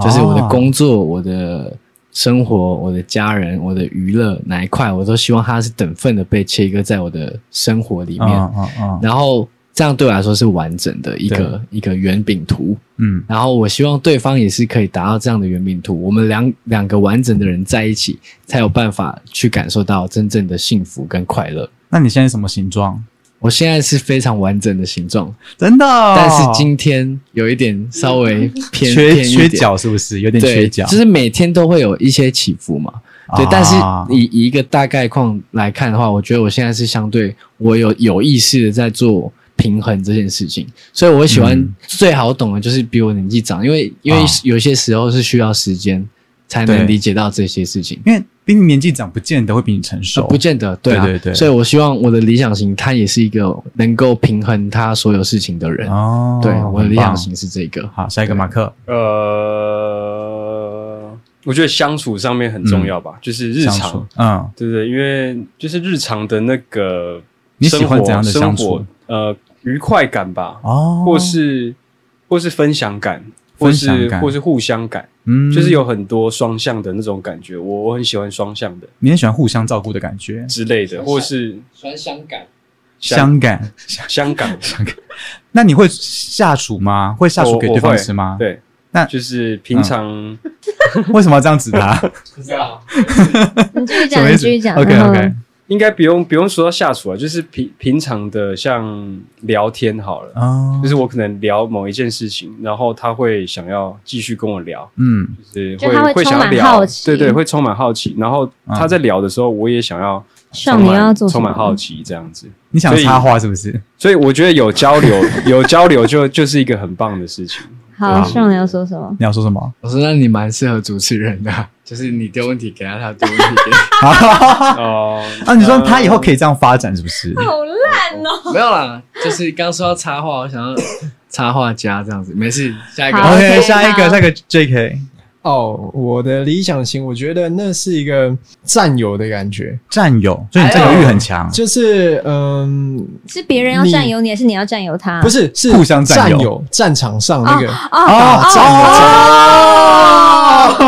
Speaker 3: 就是我的
Speaker 1: 哦
Speaker 3: 工作、我的生活、我的家人、我的娱乐哪一块，我都希望它是等份的被切割在我的生活里面，
Speaker 1: 嗯嗯嗯
Speaker 3: 然后这样对我来说是完整的一个一个圆饼图。
Speaker 1: 嗯
Speaker 3: 然后我希望对方也是可以达到这样的圆饼图，我们两两个完整的人在一起，才有办法去感受到真正的幸福跟快乐。
Speaker 1: 那你现在什么形状？
Speaker 3: 我现在是非常完整的形状，
Speaker 1: 真的哦、
Speaker 3: 但是今天有一点稍微偏
Speaker 1: 缺
Speaker 3: 偏一点
Speaker 1: 缺角是不是有点
Speaker 3: 对，
Speaker 1: 缺角？
Speaker 3: 就是每天都会有一些起伏嘛。对，
Speaker 1: 啊
Speaker 3: 但是以以一个大概况来看的话，我觉得我现在是相对我有有意识的在做平衡这件事情，所以我喜欢、
Speaker 1: 嗯
Speaker 3: 最好懂的就是比我年纪长，因为因为
Speaker 1: 啊
Speaker 3: 有些时候是需要时间才
Speaker 1: 对
Speaker 3: 能理解到这些事情。
Speaker 1: 因为比你年纪长，不见得会比你成
Speaker 4: 呃
Speaker 1: 熟，
Speaker 3: 不见得，对啊，
Speaker 1: 对对对
Speaker 3: 所以我希望我的理想型，他也是一个能够平衡他所有事情的人。
Speaker 1: 哦。
Speaker 3: 对，我的
Speaker 1: 很
Speaker 3: 理想
Speaker 1: 棒
Speaker 3: 型是这个。
Speaker 1: 好，下一个马克，
Speaker 4: 呃，我觉得相处上面很重要吧，就是日
Speaker 1: 相
Speaker 4: 常
Speaker 1: 处，嗯，
Speaker 4: 对对，因为就是日常的那个
Speaker 1: 你喜欢
Speaker 4: 生活
Speaker 1: 怎样的相处
Speaker 4: 生活呃，愉快感吧，
Speaker 1: 哦，
Speaker 4: 或是或是分享感，或
Speaker 1: 分享
Speaker 4: 是
Speaker 1: 感
Speaker 4: 或是互相感，
Speaker 1: 嗯
Speaker 4: 就是有很多双向的那种感觉。我我很喜欢双向的
Speaker 1: 你很喜欢互相照顾的感觉，
Speaker 4: 之类的，或是
Speaker 3: 喜欢香港，
Speaker 1: 香感。
Speaker 4: 香 港
Speaker 1: 那你会下厨吗？会下厨
Speaker 4: 我
Speaker 1: 给
Speaker 4: 我
Speaker 1: 对方
Speaker 4: 会
Speaker 1: 吃吗？
Speaker 4: 对，
Speaker 1: 那嗯
Speaker 4: 就是平常
Speaker 1: 为什么要这样子的啊？
Speaker 2: 你继续
Speaker 1: 什
Speaker 2: 讲，
Speaker 1: 么
Speaker 2: 你
Speaker 1: 意
Speaker 2: 继续
Speaker 1: 思
Speaker 2: 讲。
Speaker 1: ？OK
Speaker 2: 然后
Speaker 1: OK，
Speaker 4: 应该不用不用说到下厨啊，就是平平常的像聊天好
Speaker 2: 嗯
Speaker 4: 了，
Speaker 1: 哦
Speaker 4: 就是我可能聊某一件事情，然后他会想要继续跟我聊，
Speaker 1: 嗯
Speaker 4: 就是
Speaker 2: 就他会
Speaker 4: 会想要
Speaker 2: 充满好
Speaker 4: 聊，
Speaker 2: 奇
Speaker 4: 对对，会充满好奇。然后他在聊的时候，我也想要
Speaker 2: 像
Speaker 4: 充
Speaker 2: 你
Speaker 4: 满
Speaker 2: 要做什
Speaker 4: 充满
Speaker 2: 么
Speaker 4: 好奇这样子。
Speaker 1: 你想
Speaker 4: 所以
Speaker 1: 插话是不是？
Speaker 4: 所以我觉得有交流，有交流就就是一个很棒的事情。
Speaker 2: 好，像你要说什么？
Speaker 1: 你要说什么？
Speaker 3: 我说那你蛮适合主持人的，啊 就是你丢问题给他，他丢问题给
Speaker 4: 哦、
Speaker 1: 啊，你说他以后可以这样发展是不是？
Speaker 2: 好烂哦！
Speaker 3: 你。没有啦，就是刚说要插话，我想要插画家这样子，没事，下一个。
Speaker 2: 啊好
Speaker 1: OK，
Speaker 2: OK，
Speaker 1: 下一个，
Speaker 2: 好
Speaker 1: 下一个 JK
Speaker 5: 哦，我的理想型，我觉得那是一个占有的感觉，
Speaker 1: 占有，所以你
Speaker 2: 哎
Speaker 1: 占有欲很强，
Speaker 5: 就是嗯，
Speaker 2: 是别人要
Speaker 5: 你
Speaker 2: 占有你，还是你要占有他？
Speaker 5: 不是是
Speaker 1: 互相占
Speaker 5: 占
Speaker 1: 有
Speaker 5: 有战场上那 个，
Speaker 2: 哦
Speaker 1: 哦
Speaker 5: 占有
Speaker 1: 哦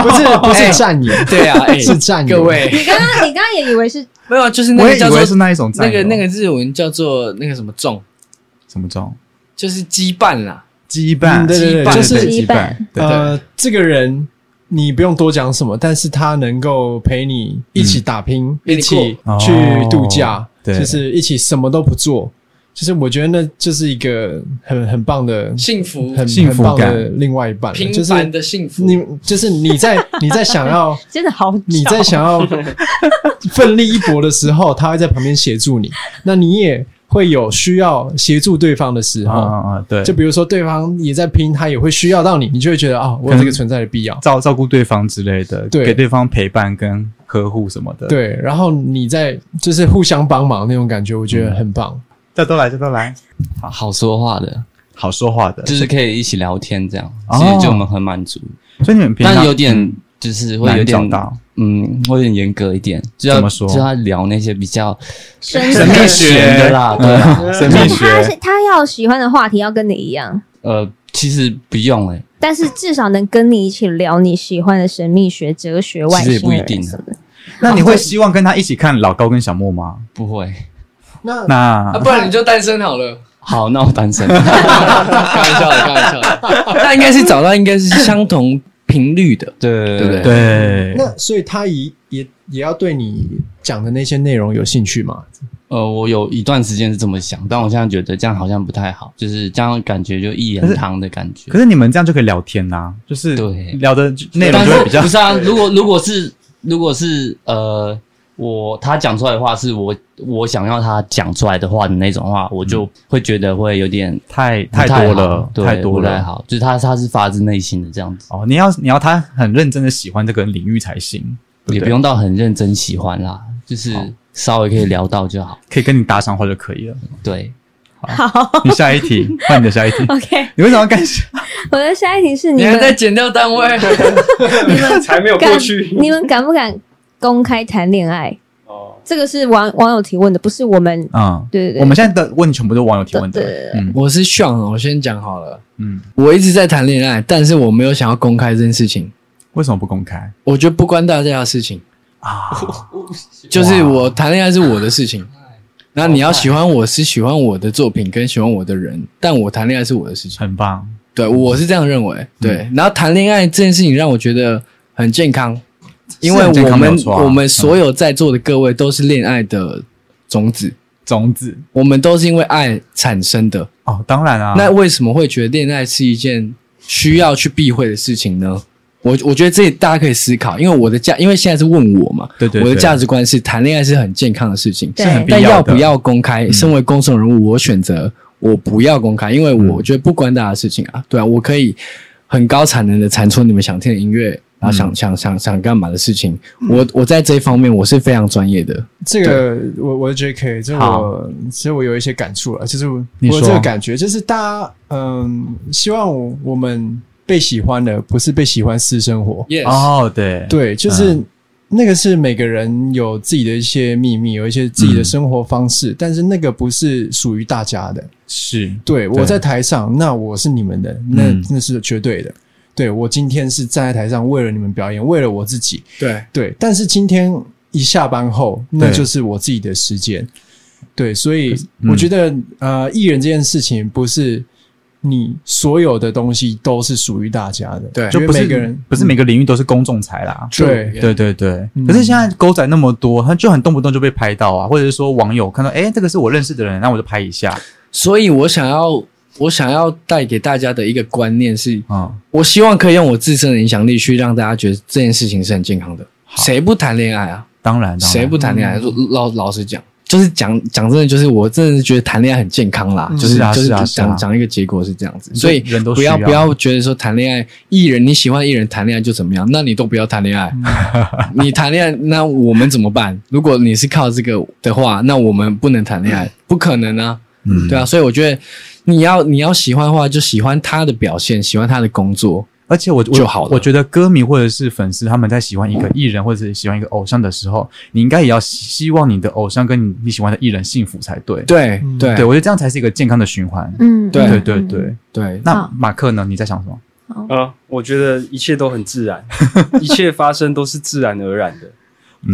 Speaker 5: 不是不
Speaker 3: 哎
Speaker 5: 是占有，
Speaker 3: 对啊，哎
Speaker 5: 是占有
Speaker 3: 各位
Speaker 2: 你刚刚你刚刚也以为是
Speaker 3: 没有，啊就是那
Speaker 1: 我
Speaker 3: 个
Speaker 1: 也
Speaker 3: 叫
Speaker 1: 以
Speaker 3: 做
Speaker 1: 为是那一种占
Speaker 3: 那
Speaker 1: 有，
Speaker 3: 个那个日文叫做那个什么重，
Speaker 1: 什么种
Speaker 3: 就是羁绊啦。
Speaker 1: 羁绊，
Speaker 4: 哎
Speaker 5: 嗯对对对
Speaker 1: 羁绊
Speaker 5: 就是
Speaker 2: 羁
Speaker 1: 羁绊
Speaker 2: 绊，
Speaker 1: 对
Speaker 5: 呃，这个人你不用多讲什么，但是他能够陪你一起打拼，
Speaker 3: 嗯陪你
Speaker 5: 一起
Speaker 1: 过
Speaker 5: 去度假，
Speaker 1: 哦对
Speaker 5: 就是一起什么都不做，就是我觉得那就是一个很很棒的
Speaker 3: 幸福
Speaker 5: 很
Speaker 1: 幸福
Speaker 5: 很棒
Speaker 1: 感
Speaker 5: 的另外一半了，
Speaker 3: 平
Speaker 5: 就是
Speaker 3: 凡的幸福，
Speaker 5: 你就是你在你在想要。
Speaker 2: 真的好，
Speaker 5: 你在想要奋力一搏的时候，他会在旁边协助你。那你也会有需要协助对方的时
Speaker 6: 嗯
Speaker 1: 啊
Speaker 5: 候，
Speaker 1: 啊啊，对，
Speaker 5: 就比如说对方也在拼，他也会需要到你，你就会觉得啊、我有这个存在的必要。
Speaker 1: 照照顾对方之类的，
Speaker 5: 对
Speaker 1: 给对方陪伴跟呵护什么的，，
Speaker 5: 对，然后你在就是互相帮忙那种感觉，我觉得很棒。
Speaker 1: 这都来，这都来，
Speaker 6: 好说话的，
Speaker 1: 好说话的，
Speaker 6: 就是可以一起聊天这样，
Speaker 1: 哦
Speaker 6: 其实就我们很满足，
Speaker 1: 所以你们平常
Speaker 6: 但有点就是会有
Speaker 1: 难找
Speaker 6: 点
Speaker 1: 到
Speaker 6: 嗯，会有点严格一点，就要
Speaker 1: 怎么说
Speaker 6: 就要聊那些比较
Speaker 2: 真
Speaker 1: 神秘
Speaker 2: 的
Speaker 1: 学
Speaker 6: 的啦，对啊，
Speaker 1: 神
Speaker 2: 就
Speaker 1: 秘
Speaker 2: 他
Speaker 1: 学，
Speaker 2: 他要喜欢的话题要跟你一样，
Speaker 6: 呃，其实不用哎，
Speaker 2: 但是至少能跟你一起聊你喜欢的神秘学、哲学、外
Speaker 6: 其实也
Speaker 2: 星
Speaker 6: 不一
Speaker 2: 人
Speaker 6: 定
Speaker 2: 什么的。
Speaker 1: 那你会希望跟他一起看老高跟小莫吗？
Speaker 6: 不会。
Speaker 5: 那
Speaker 1: 那
Speaker 3: 啊，不然你就单身好了。
Speaker 6: 好，那我单身。
Speaker 3: 开玩笑的，开玩笑的。 那应该是找到应该是相同频率的，
Speaker 6: 对
Speaker 3: 对不对
Speaker 1: 对，
Speaker 5: 那所以他也也也要对你讲的那些内容有兴趣嘛？
Speaker 6: 呃，我有一段时间是这么想，但我现在觉得这样好像不太好，就是这样感觉就一言堂的感觉
Speaker 1: 可。是你们这样就可以聊天呐、就是
Speaker 6: 对
Speaker 1: 聊的内容
Speaker 6: 但
Speaker 1: 就会比较
Speaker 6: 不是啊，如果如果是如果是呃，我他讲出来的话是我我想要他讲出来的话的那种话，我就会觉得会有点
Speaker 1: 嗯太
Speaker 6: 不太
Speaker 1: 太多
Speaker 6: 好
Speaker 1: 了，
Speaker 6: 对
Speaker 1: 太多
Speaker 6: 不太
Speaker 1: 了。
Speaker 6: 好，就是他他是发自内心的这样子，
Speaker 1: 哦，你要你要他很认真的喜欢这个领域才行，对
Speaker 6: 也
Speaker 1: 对
Speaker 6: 不用到很认真喜欢啦，就是稍微可以聊到就好。
Speaker 1: 可以跟你搭上话就可以了。
Speaker 6: 对，
Speaker 2: 好
Speaker 1: 你下一 题，换你的下一题。
Speaker 2: ，OK，
Speaker 1: 你为什么要干 下？
Speaker 2: 我的下一题是你
Speaker 3: 你还
Speaker 2: 们
Speaker 3: 在减掉单位，
Speaker 4: 才没有过
Speaker 2: 敢
Speaker 4: 去
Speaker 2: 你们敢不敢公开谈恋爱？
Speaker 4: 哦，
Speaker 2: 这个是网网友提问的，不是我们。
Speaker 1: 嗯，
Speaker 2: 对对对，
Speaker 1: 我们现在的问全部都是网友提问的
Speaker 2: 对对。
Speaker 1: 嗯
Speaker 3: 我是 s 我先讲好了。
Speaker 1: 嗯，
Speaker 3: 我一直在谈恋爱，但是我没有想要公开这件事情。
Speaker 1: 为什么不公开
Speaker 3: 我觉得不关大家的事情，
Speaker 1: 啊？
Speaker 3: 就是我谈恋爱是我的 事情。那你要喜欢我是喜欢我的作品跟喜欢我的人，但我谈恋爱是我的事情。
Speaker 1: 很棒，
Speaker 3: 对，我是这样认为。对，然后谈恋爱这件事情让我觉得很健康，因为
Speaker 1: 嗯是很健
Speaker 3: 我
Speaker 1: 康没有
Speaker 3: 们、
Speaker 1: 错啊
Speaker 3: 我们所有在座的各位都是恋爱的种子，
Speaker 1: 种子
Speaker 3: 我们都是因为爱产生的。
Speaker 1: 哦，当然啊，
Speaker 3: 那为什么会觉得恋爱是一件需要去避讳的事情呢？我我觉得这大家可以思考，因为我的价，因为现在是问我嘛，
Speaker 1: 对对对
Speaker 3: 我的价值观是谈恋爱是很健康的事情，
Speaker 2: 对
Speaker 1: 是很必
Speaker 3: 但要
Speaker 1: 的嗯
Speaker 3: 不要公开？身为公众人物，我选择我不要公开，因为我觉得不关大家的事情啊。对啊，我可以很高产能的产出你们想听的音乐，
Speaker 1: 嗯
Speaker 3: 然后想、想想想干嘛的事情。我我在这一方面我是非常专业的。
Speaker 5: 这个我我觉得可以，这
Speaker 1: 好
Speaker 5: 我其实我有一些感触了，就是我
Speaker 1: 你说
Speaker 5: 有这个感觉，就是大家嗯，希望我我们被喜欢的不是被喜欢私生活，
Speaker 3: Yes，、
Speaker 1: 哦，对，
Speaker 5: 对，就是、
Speaker 3: 嗯
Speaker 5: 那个是每个人有自己的一些秘密，有一些自己的生活方
Speaker 3: 嗯
Speaker 5: 式，但是那个不是属于大家的。
Speaker 1: 是
Speaker 5: 对
Speaker 1: 对
Speaker 5: 我在台上，那我是你们的，那、
Speaker 1: 嗯
Speaker 5: 那是绝对的。对我今天是站在台上，为了你们表演，为了我自己，
Speaker 3: 对，
Speaker 5: 对，但是今天一下班后，那
Speaker 1: 对
Speaker 5: 就是我自己的时间。对，所以
Speaker 1: 嗯
Speaker 5: 我觉得、呃，艺人这件事情不是你所有的东西都是属于大家的，
Speaker 3: 对
Speaker 1: 就
Speaker 5: 因为
Speaker 1: 不是
Speaker 5: 每个人
Speaker 1: 不
Speaker 3: 嗯
Speaker 1: 是每个领域都是公众财啦。
Speaker 5: 对
Speaker 1: 对对对，
Speaker 5: 嗯
Speaker 1: 可是现在狗仔那么多，他就很动不动就被拍到啊，或者是说网友看到，哎，这个是我认识的人，那我就拍一下。
Speaker 3: 所以我想要，我想要带给大家的一个观念是，
Speaker 1: 嗯，
Speaker 3: 我希望可以用我自身的影响力去让大家觉得这件事情是很健康的。谁不谈恋爱啊？
Speaker 1: 当然，当然
Speaker 3: 谁不谈恋爱？说老老实讲，就是讲讲真的，就是我真的是觉得谈恋爱很健康啦，就是
Speaker 1: 啊
Speaker 3: 就是
Speaker 1: 啊
Speaker 3: 是
Speaker 1: 是啊
Speaker 3: 讲讲一个结果是这样子，所以
Speaker 1: 人都
Speaker 3: 不要
Speaker 1: 需要
Speaker 3: 不要觉得说谈恋爱艺人你喜欢艺人谈恋爱就怎么样，那你都不要谈 恋爱，你谈恋爱那我们怎么办？如果你是靠这个的话，那我们不能谈恋爱，不可能啊，
Speaker 1: 嗯
Speaker 3: 对啊，所以我觉得你要你要喜欢的话，就喜欢他的表现，喜欢他的工作，
Speaker 1: 而且我我
Speaker 3: 就好了
Speaker 1: 我觉得歌迷或者是粉丝他们在喜欢一个艺人或者是喜欢一个偶像的时候，你应该也要希希望你的偶像跟你你喜欢的艺人幸福才对。
Speaker 3: 对
Speaker 5: 嗯
Speaker 3: 对
Speaker 1: 对，我觉得这样才是一个健康的循环。
Speaker 2: 嗯，
Speaker 3: 对
Speaker 1: 对
Speaker 2: 嗯
Speaker 1: 对
Speaker 2: 嗯
Speaker 1: 对，
Speaker 3: 对，
Speaker 1: 那
Speaker 2: 好
Speaker 1: 马克呢？你在想什么？
Speaker 4: 啊，我觉得一切都很自然，一切发生都是自然而然的。
Speaker 1: 嗯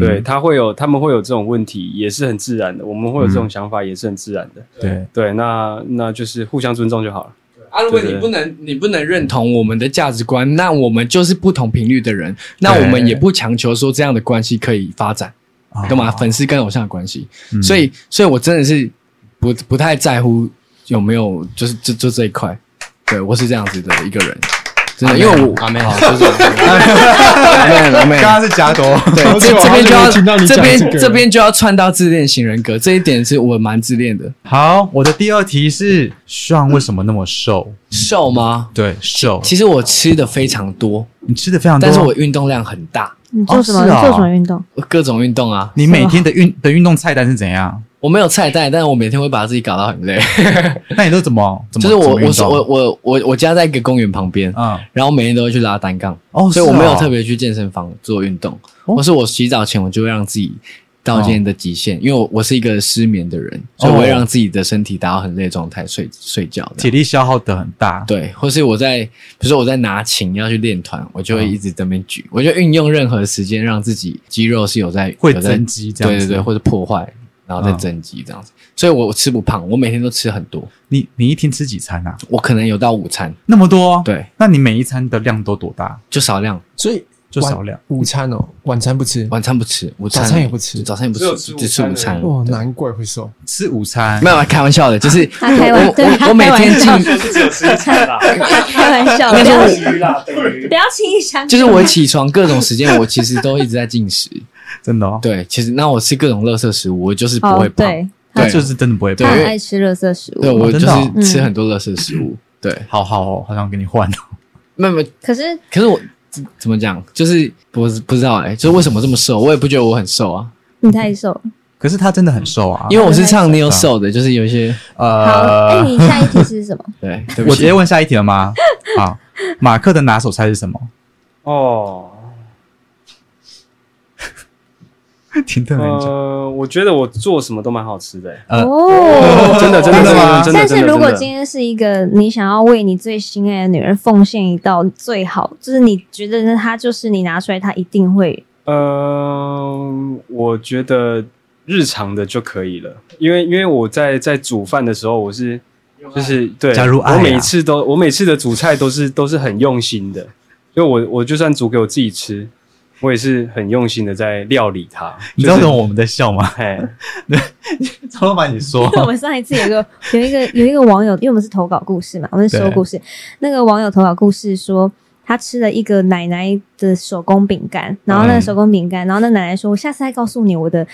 Speaker 4: 对他会有，他们会有这种问题，也是很自然的。我们会有这种想法，也是很自然的。
Speaker 1: 对，
Speaker 4: 对，那那就是互相尊重就 好了。
Speaker 3: 啊，如果
Speaker 4: 对
Speaker 3: 你
Speaker 4: 对
Speaker 3: 不能你不能认同我们的价值观，那我们就是不同频率的人，那我们也不强求说这样的关系可以发展，
Speaker 1: 哦
Speaker 3: 干嘛？粉丝跟偶像的关系，
Speaker 1: 嗯
Speaker 3: 所以所以我真的是不不太在乎有没有就是就就这一块，对我是这样子的一个人，真
Speaker 6: 啊
Speaker 3: 的，因为我
Speaker 6: 阿妹，
Speaker 3: 好就是阿妹阿妹
Speaker 1: 刚。刚是加多，
Speaker 3: 对，
Speaker 5: 而且
Speaker 3: 这
Speaker 5: 我
Speaker 3: 这
Speaker 5: 好
Speaker 3: 边
Speaker 5: 久
Speaker 3: 就
Speaker 5: 没
Speaker 3: 要
Speaker 5: 听到你
Speaker 3: 这
Speaker 5: 讲
Speaker 3: 边
Speaker 5: 这个
Speaker 3: 这边就要串到自恋型人格，这一点是我蛮自恋的。
Speaker 1: 好，我的第二题是 Sean 为什么那么瘦？
Speaker 3: 瘦吗？
Speaker 1: 对，瘦，
Speaker 3: 其实我吃的非常多，
Speaker 1: 你吃的非常多，
Speaker 3: 但是我运动量很大，
Speaker 2: 你做什么？
Speaker 1: 哦
Speaker 2: 你
Speaker 1: 是
Speaker 3: 啊
Speaker 1: 哦
Speaker 2: 做什么运动？
Speaker 3: 各种运动啊。
Speaker 1: 你每天的运的运动菜单是怎样？
Speaker 3: 我没有菜单，但是我每天会把自己搞到很累。
Speaker 1: 那你都怎么？怎 么
Speaker 3: 就是我
Speaker 1: 怎么运
Speaker 3: 我
Speaker 1: 动
Speaker 3: 我我我我家在一个公园旁边，
Speaker 1: 嗯
Speaker 3: 然后每天都会去拉单杠，
Speaker 1: 哦，
Speaker 3: 所以我
Speaker 1: 是哦
Speaker 3: 没有特别去健身房做运动，
Speaker 1: 哦
Speaker 3: 或是我洗澡前我就会让自己到今天的极限，因为我我是一个失眠的人，所以我会让自己的身体达到很累的状态睡睡觉这
Speaker 1: 哦体
Speaker 3: 样。
Speaker 1: 力消耗的很大。
Speaker 3: 对，或是我在，比如说我在拿琴要去练团，我
Speaker 1: 嗯
Speaker 3: 就会一直在那边举，我就运用任何时间让自己肌肉是有在
Speaker 1: 会
Speaker 3: 有在
Speaker 1: 增肌这样
Speaker 3: 对
Speaker 1: 子嗯
Speaker 3: 对对，或者破坏，然后再增肌这样子。所以我我吃不胖，我每天都吃很多，
Speaker 1: 你你一天吃几餐啊？
Speaker 3: 我可能有到午餐，
Speaker 1: 那么多？，
Speaker 3: 对，
Speaker 1: 那你每一餐的量都多大？
Speaker 3: 就少量，
Speaker 5: 所以
Speaker 1: 就
Speaker 5: 晚
Speaker 1: 少量。
Speaker 5: 午餐哦，晚餐不吃，
Speaker 3: 晚餐不吃，午餐
Speaker 5: 早餐也不吃
Speaker 3: 早餐也不
Speaker 4: 只有
Speaker 3: 吃，
Speaker 4: 吃
Speaker 3: 只吃午
Speaker 4: 午餐
Speaker 3: 餐
Speaker 4: 而已。
Speaker 5: 哦，难怪会瘦。
Speaker 1: 吃午餐
Speaker 3: 没有开玩笑的，就是
Speaker 2: 他开玩
Speaker 3: 我
Speaker 2: 对
Speaker 3: 我
Speaker 2: 他
Speaker 3: 我每
Speaker 2: 开玩
Speaker 3: 天
Speaker 2: 笑
Speaker 3: 进，
Speaker 4: 是只有吃一餐啦，
Speaker 2: 开玩笑，不
Speaker 3: 但是
Speaker 2: 要
Speaker 3: 我
Speaker 2: 不要轻易相信。
Speaker 3: 就是我起床各种时间，我其实都一直在进食。
Speaker 1: 真的哦，
Speaker 3: 对，其实那我吃各种垃圾食物，我就是不
Speaker 2: 哦
Speaker 3: 会，胖。
Speaker 2: 对，
Speaker 1: 他就是真的不会
Speaker 3: 对
Speaker 2: 他
Speaker 1: 胖。
Speaker 2: 很爱吃垃圾食
Speaker 3: 对，
Speaker 2: 物。
Speaker 3: 我
Speaker 1: 真
Speaker 3: 就
Speaker 1: 的哦
Speaker 3: 是吃很多垃圾食物。对，
Speaker 1: 好好哦，好想跟你换哦。
Speaker 3: 没有没有，
Speaker 2: 可是
Speaker 3: 可是我怎怎么讲，就是我不知道哎、就是为什么这么瘦，我也不觉得我很瘦啊，
Speaker 2: 你太瘦了。
Speaker 1: 可是他真的很瘦啊，
Speaker 3: 因为我是唱你有
Speaker 1: 瘦
Speaker 3: 瘦的，就是有一 些
Speaker 2: 好，哎，
Speaker 1: 呃，
Speaker 2: 你下一题是 什么？
Speaker 3: 对，对不
Speaker 1: 我直
Speaker 3: 起
Speaker 1: 接，问下一题了吗？好，马克的拿手菜是什么？
Speaker 4: 哦，
Speaker 1: 停顿很久。
Speaker 4: 呃，我觉得我做什么都蛮好吃的、欸，
Speaker 1: 呃
Speaker 2: 哦，
Speaker 4: 真的真的
Speaker 2: 但
Speaker 4: 真
Speaker 2: 是
Speaker 4: 的真的
Speaker 2: 但是
Speaker 4: 真的。
Speaker 2: 如果
Speaker 4: 真的
Speaker 2: 今天是一个你想要为你最心爱的女人奉献一道最好，就是你觉得那她就是你拿出来，她一定会
Speaker 4: 嗯，我觉得日常的就可以了，因为因为我在在煮饭的时候，我是就是对，
Speaker 1: 加入爱啊
Speaker 4: 我每次都我每次的煮菜都是都是很用心的，所以我我就算煮给我自己吃，我也是很用心的在料理它。
Speaker 1: 你知道
Speaker 4: 就是
Speaker 1: 懂我们在笑吗？
Speaker 4: 嘿，
Speaker 1: 超老板，你 说
Speaker 2: 我们上一次有一个有一个有一个网友，因为我们是投稿故事嘛，我们是说
Speaker 1: 对
Speaker 2: 故事。那个网友投稿故事说，他吃了一个奶奶的手工饼干，然后那个手工饼干，然后那奶奶说：“我下次再告诉你我的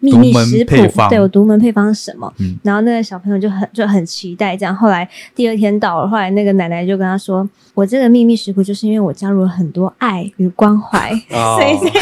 Speaker 2: 秘密
Speaker 1: 独门
Speaker 2: 食谱
Speaker 1: 配方，
Speaker 2: 对我独门配方是什么。
Speaker 1: 嗯
Speaker 2: 然后那个小朋友就很就很期待这样。后来第二天到了，后来那个奶奶就跟他说：“我这个秘密食谱就是因为我加入了很多爱与关怀，
Speaker 4: 哦
Speaker 2: 所以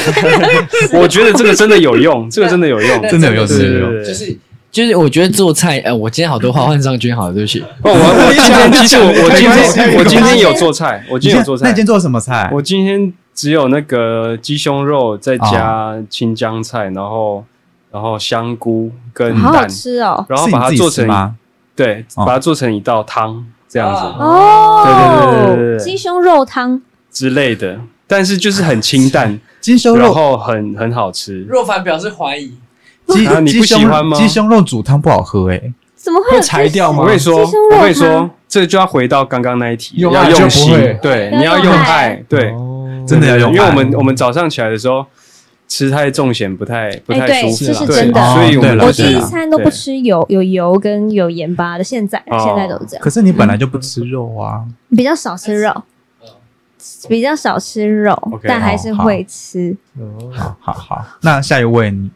Speaker 2: 这
Speaker 4: 我觉得这个真的有 用，这个真的有用，
Speaker 1: 真的有用，
Speaker 4: 对
Speaker 1: 真的有
Speaker 4: 对对
Speaker 1: 用。
Speaker 4: 对，
Speaker 3: 就是就是我觉得做菜，呃，我今天好多话换上君好了，对不起，
Speaker 4: 哦，我我今天 其实我我今
Speaker 1: 没关系没关
Speaker 4: 天
Speaker 1: 系
Speaker 4: 我今天有做菜，我
Speaker 1: 你
Speaker 4: 今天有做
Speaker 1: 那
Speaker 4: 菜
Speaker 1: 你今。天做了什么菜？
Speaker 4: 我今天只有那个鸡胸肉，再
Speaker 1: 啊
Speaker 4: 加青江菜，然后然后香菇跟
Speaker 2: 好好
Speaker 4: 蛋，
Speaker 2: 吃哦。”
Speaker 4: 然后
Speaker 1: 啊是
Speaker 4: 把
Speaker 1: 你
Speaker 4: 它
Speaker 1: 自己
Speaker 4: 做
Speaker 1: 吃
Speaker 4: 成
Speaker 1: 吗？
Speaker 4: 对，
Speaker 1: 哦
Speaker 4: 把它做成一道汤这样子
Speaker 2: 哦，
Speaker 4: 对对对对对对
Speaker 2: 鸡胸肉汤，
Speaker 4: 之类的，但是就是很清淡，
Speaker 1: 鸡胸
Speaker 4: 然
Speaker 1: 肉，
Speaker 4: 后很很好吃。
Speaker 3: 若凡表示怀疑，
Speaker 1: 鸡
Speaker 4: 啊你
Speaker 1: 鸡
Speaker 4: 不喜
Speaker 1: 胸
Speaker 4: 欢吗
Speaker 1: 鸡胸肉煮汤不好喝哎，
Speaker 2: 怎么会有
Speaker 5: 会裁掉吗
Speaker 4: 我跟你说，
Speaker 2: 鸡胸肉
Speaker 4: 我跟你
Speaker 2: 汤
Speaker 4: 说，这就要回到刚刚那一题，
Speaker 5: 用爱就
Speaker 4: 要用
Speaker 5: 不
Speaker 4: 心
Speaker 5: 会，
Speaker 4: 对，
Speaker 2: 要
Speaker 4: 你要
Speaker 2: 用
Speaker 4: 用
Speaker 2: 爱
Speaker 4: 爱，对，
Speaker 5: 哦
Speaker 1: 真的要用
Speaker 4: 因为
Speaker 1: 爱
Speaker 4: 我们我们早上起来的时候吃太重咸不太不
Speaker 2: 哎
Speaker 4: 太
Speaker 2: 对这
Speaker 4: 舒服啦，
Speaker 2: 是
Speaker 4: 对
Speaker 2: 真的
Speaker 4: 所以我
Speaker 1: 哦对
Speaker 4: 们
Speaker 1: 了
Speaker 2: 我
Speaker 1: 是
Speaker 2: 第一
Speaker 1: 啊
Speaker 2: 餐都不吃油有油跟有盐巴的，现在
Speaker 4: 哦
Speaker 2: 现在都是这样
Speaker 1: 可，是你本来就不吃肉啊，
Speaker 2: 比较少吃肉，比较少吃肉，
Speaker 4: OK，
Speaker 2: 但还是
Speaker 1: 好好
Speaker 2: 会吃。
Speaker 1: 好好好。那下一位你，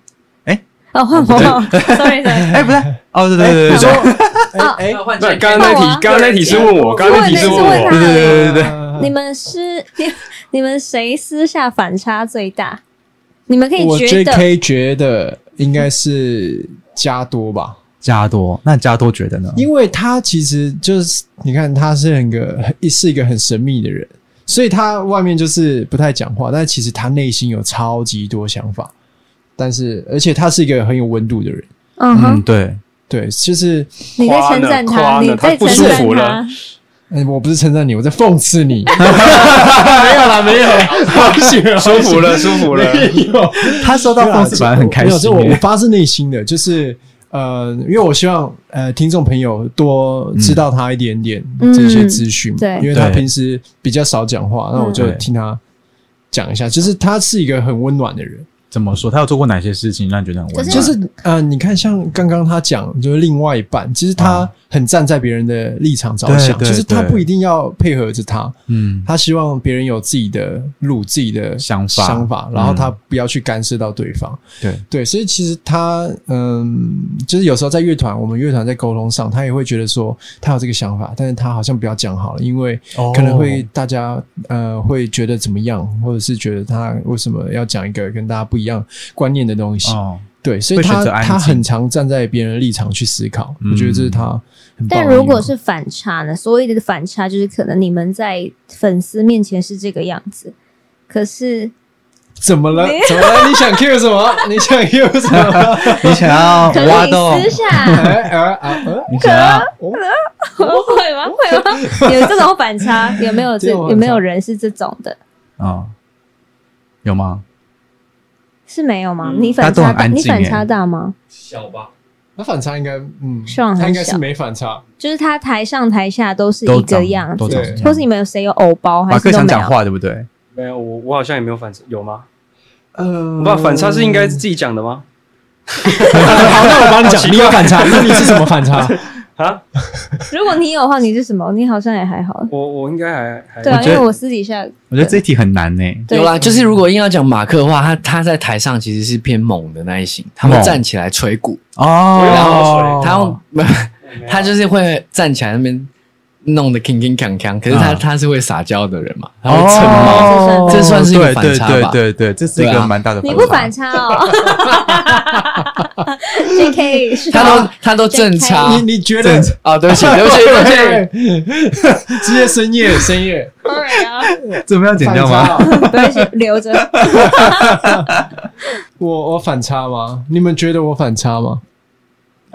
Speaker 2: 哦，换我，sorry sorry，
Speaker 1: 哎，不对，哦，对对对对
Speaker 5: 你说
Speaker 1: 对，
Speaker 5: 哎哎，
Speaker 4: 不是刚刚那
Speaker 2: 换我啊
Speaker 4: 题，刚刚那题是问我，刚刚那题是问
Speaker 2: 我对
Speaker 4: 我，
Speaker 2: 对对
Speaker 1: 对对
Speaker 5: 对
Speaker 2: 你们是你们谁私下反差最大？你们可以
Speaker 5: 我
Speaker 2: 觉得
Speaker 5: JK 觉得应该是加多吧，
Speaker 1: 加多，那加多觉得呢？
Speaker 5: 因为他其实就是你看他是很个是一个很神秘的人，所以他外面就是不太讲话，但其实他内心有超级多想法，但是而且他是一个很有温度的人，
Speaker 2: 嗯
Speaker 1: 嗯，
Speaker 2: 哼，
Speaker 1: 对，
Speaker 5: 对，就是、
Speaker 2: 你在称赞
Speaker 4: 夸
Speaker 2: 他，
Speaker 4: 呢
Speaker 2: 你在
Speaker 4: 他不
Speaker 2: 称
Speaker 4: 舒
Speaker 2: 赞
Speaker 4: 服
Speaker 2: 他
Speaker 4: 了，
Speaker 5: 哎我不是称赞你，我在讽刺你，
Speaker 1: 没有啦，没有，
Speaker 4: 舒服了，舒服了，
Speaker 1: 他收到讽刺反而很开
Speaker 5: 没有，这
Speaker 1: 心
Speaker 5: 我我
Speaker 1: 耶。
Speaker 5: 发自内心的，就是呃，因为我希望呃听众朋友多知道他一点点
Speaker 2: 嗯
Speaker 5: 这些资讯，
Speaker 2: 对
Speaker 5: 因为他
Speaker 1: 对
Speaker 5: 平时比较少讲话，那我就
Speaker 1: 嗯
Speaker 5: 听他讲一下。就是他是一个很温暖的人，
Speaker 1: 怎么说？他有做过哪些事情让你觉得很温
Speaker 2: 嗯
Speaker 1: 暖？
Speaker 5: 就是呃，你看像刚刚他讲，就是另外一半，其实他
Speaker 1: 啊
Speaker 5: 很站在别人的立场着
Speaker 1: 对
Speaker 5: 想，
Speaker 1: 对
Speaker 5: 就是他
Speaker 1: 对
Speaker 5: 不一定要配合着他，
Speaker 1: 嗯，
Speaker 5: 他希望别人有自己的路、自己的
Speaker 1: 想法
Speaker 5: 想法，然后
Speaker 1: 嗯
Speaker 5: 他不要去干涉到对方。
Speaker 1: 对，
Speaker 5: 对，所以其实他嗯，就是有时候在乐团，我们乐团在沟通上，他也会觉得说他有这个想法，但是他好像不要讲好了，因为
Speaker 1: 哦
Speaker 5: 可能会大家、呃会觉得怎么样，或者是觉得他为什么要讲一个跟大家不一样观念的东西。
Speaker 1: 哦，
Speaker 5: 对，所以
Speaker 1: 会选
Speaker 5: 他
Speaker 1: 择安
Speaker 5: 他
Speaker 1: 静嗯
Speaker 5: 很常站在别人的立场去思考，我觉得这是他很棒的
Speaker 2: 但
Speaker 5: 地方。
Speaker 2: 如果是反差呢？所谓的反差就是可能你们在粉丝面前是这个样子，可是
Speaker 5: 怎么了？怎么了？你想 Q 什么？ 你想 Q 什么？
Speaker 1: 你想要
Speaker 2: 可
Speaker 1: 挖
Speaker 2: 是
Speaker 1: 洞
Speaker 2: 你，私 下
Speaker 5: 哎啊啊！啊
Speaker 1: 你想要
Speaker 2: 会吗？会吗？ 有这种反差？有没有这
Speaker 5: 这种反差
Speaker 2: 有没有人是这种的？
Speaker 1: 啊？有吗？
Speaker 2: 是没有吗？
Speaker 6: 嗯
Speaker 2: 你反
Speaker 1: 大家都
Speaker 2: 差
Speaker 1: 很
Speaker 2: 大，
Speaker 1: 安静
Speaker 2: 你反
Speaker 1: 欸
Speaker 2: 差大吗？
Speaker 6: 小吧，
Speaker 5: 他反差应该嗯
Speaker 2: 希望，很
Speaker 5: 他应该
Speaker 2: 小
Speaker 5: 是没反差。
Speaker 2: 就是他台上台下都是
Speaker 1: 都
Speaker 2: 一个
Speaker 1: 长
Speaker 2: 样
Speaker 1: 都
Speaker 2: 子，
Speaker 1: 长
Speaker 5: 对
Speaker 1: 这样
Speaker 2: 或是你们有谁有偶包还
Speaker 1: 马
Speaker 2: 是
Speaker 1: 克
Speaker 2: 都
Speaker 1: 想
Speaker 2: 没
Speaker 1: 讲
Speaker 2: 有？
Speaker 1: 话，对不对？
Speaker 4: 没有，我我好像也没有反差，有吗？
Speaker 5: 呃
Speaker 4: 我
Speaker 2: 嗯
Speaker 4: 把反差是应该是自己讲的吗？
Speaker 5: 好，那我帮你
Speaker 4: 好奇
Speaker 5: 讲，
Speaker 4: 怪
Speaker 5: 你有反差，那你是什么反 差？
Speaker 4: 啊，
Speaker 2: 如果你有的话，你是什么？你好像也还好。
Speaker 4: 我我应该还还
Speaker 2: 对啊，
Speaker 1: 我
Speaker 2: 因
Speaker 1: 觉得
Speaker 2: 为我私底下
Speaker 1: 我觉得这一题很难呢。
Speaker 2: 对
Speaker 3: 有啦，就是如果硬要讲马克的话，他他在台上其实是偏猛的那一型，他会
Speaker 1: 猛
Speaker 3: 站起来吹鼓，
Speaker 1: 哦，
Speaker 3: 他 用他就是会站起来那边弄得铿铿锵锵，可是他、
Speaker 1: 啊
Speaker 3: 他是会撒娇的人嘛，他会蹭猫，
Speaker 1: 哦，
Speaker 3: 这算是一个反差吧
Speaker 1: 对对对对，这是一
Speaker 3: 对
Speaker 1: 个
Speaker 3: 啊
Speaker 1: 蛮大的反
Speaker 2: 你
Speaker 1: 差。
Speaker 2: 不反差哦 ，J.K. 是
Speaker 3: 他都他都正差
Speaker 5: 你你觉得
Speaker 3: 啊、对不起对不起对不起，
Speaker 5: 直接深夜 深夜
Speaker 2: sorry 啊，
Speaker 1: 这不要剪掉吗？
Speaker 5: 反差哦
Speaker 2: 不会是留着。
Speaker 5: 我我反差吗？你们觉得我反差吗？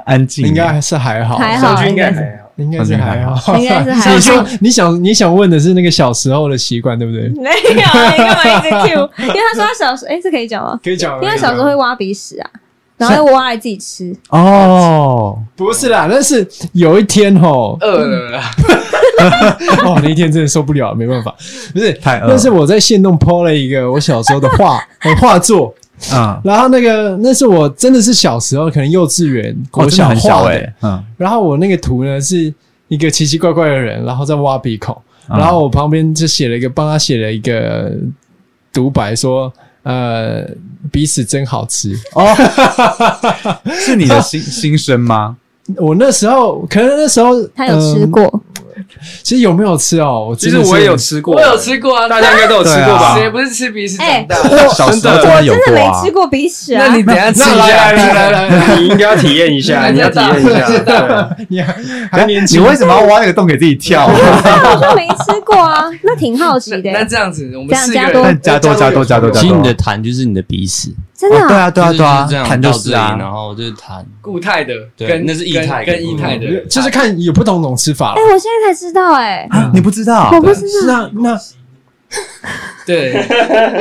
Speaker 1: 安静，
Speaker 5: 应该还是还好，
Speaker 2: 还
Speaker 4: 周
Speaker 2: 好
Speaker 4: 军应该还好，
Speaker 5: 应该是还好，
Speaker 2: 应该是还好
Speaker 5: 你说你想你想问的是那个小时候的习惯，对不对？
Speaker 2: 没有，你干嘛一直 Q？因为他说他小时候，哎、这可以讲吗？
Speaker 5: 可以讲吗，
Speaker 2: 因为他小时候会挖鼻屎啊，然后又挖来自己吃。
Speaker 1: 哦，
Speaker 5: 不是啦，但是有一天吼，
Speaker 3: 饿了啦，
Speaker 5: 哦，那一天真的受不了，没办法，不是
Speaker 1: 太饿
Speaker 5: 但是我在线动 PO 了一个我小时候的画呃画作，
Speaker 1: 嗯，
Speaker 5: 然后那个那是我真的是小时候，可能幼稚园、
Speaker 1: 我
Speaker 5: 国
Speaker 1: 真的
Speaker 5: 小
Speaker 1: 很小
Speaker 5: 画的。
Speaker 1: 哎，嗯，
Speaker 5: 然后我那个图呢是一个奇奇怪怪的人，然后在挖鼻孔，
Speaker 1: 嗯
Speaker 5: 然后我旁边就写了一个帮他写了一个独白说。呃，鼻屎真好吃。
Speaker 1: 哦，是你的心 心声吗？
Speaker 5: 我那时候可能那时候
Speaker 2: 他有吃、过，
Speaker 5: 嗯其实有没有吃哦？我
Speaker 4: 其
Speaker 5: 真
Speaker 4: 实
Speaker 5: 的是
Speaker 4: 我也有，吃过，
Speaker 3: 我有，吃过啊，
Speaker 4: 大家应该都有吃过吧？
Speaker 3: 谁不是吃鼻屎
Speaker 2: 哎
Speaker 3: 长大？
Speaker 1: 小时候真的有
Speaker 2: 真的
Speaker 1: 过
Speaker 2: 没
Speaker 1: 啊
Speaker 2: 吃。过鼻屎啊
Speaker 3: 那。你等一下吃
Speaker 5: 那
Speaker 3: 一
Speaker 5: 来
Speaker 3: 下，
Speaker 5: 来来来来来，
Speaker 4: 你应该要体验一下，你要体验一下，对
Speaker 5: 你还还
Speaker 1: 哎
Speaker 5: 年
Speaker 1: 你
Speaker 5: 轻，
Speaker 1: 为什么要挖那个洞给自己跳啊？
Speaker 2: 那我就没吃过啊，那挺好奇的、欸
Speaker 3: 那这样子，我
Speaker 2: 这
Speaker 3: 们
Speaker 2: 样
Speaker 3: 四
Speaker 2: 加
Speaker 3: 个
Speaker 2: 多
Speaker 3: 人
Speaker 1: 但加多加多加多加多，
Speaker 6: 其实你的痰就是你的鼻屎，
Speaker 2: 真的、
Speaker 1: 哦
Speaker 2: 啊
Speaker 1: 对啊啊对啊对
Speaker 6: 就是这
Speaker 1: 啊，
Speaker 6: 样
Speaker 1: 弹就是
Speaker 6: 到这里然
Speaker 1: 啊，
Speaker 6: 后就是痰，
Speaker 3: 固态的，
Speaker 6: 对
Speaker 3: 跟
Speaker 6: 那是液态
Speaker 3: 跟
Speaker 6: 的
Speaker 3: 跟液态的，
Speaker 5: 嗯
Speaker 3: 啊
Speaker 5: 就是看有不同种吃法了
Speaker 2: 哎、。我现在才知道、哎、
Speaker 1: 啊你不知 道
Speaker 2: 我不知
Speaker 5: 是
Speaker 2: 道。
Speaker 5: 啊，那
Speaker 3: 对，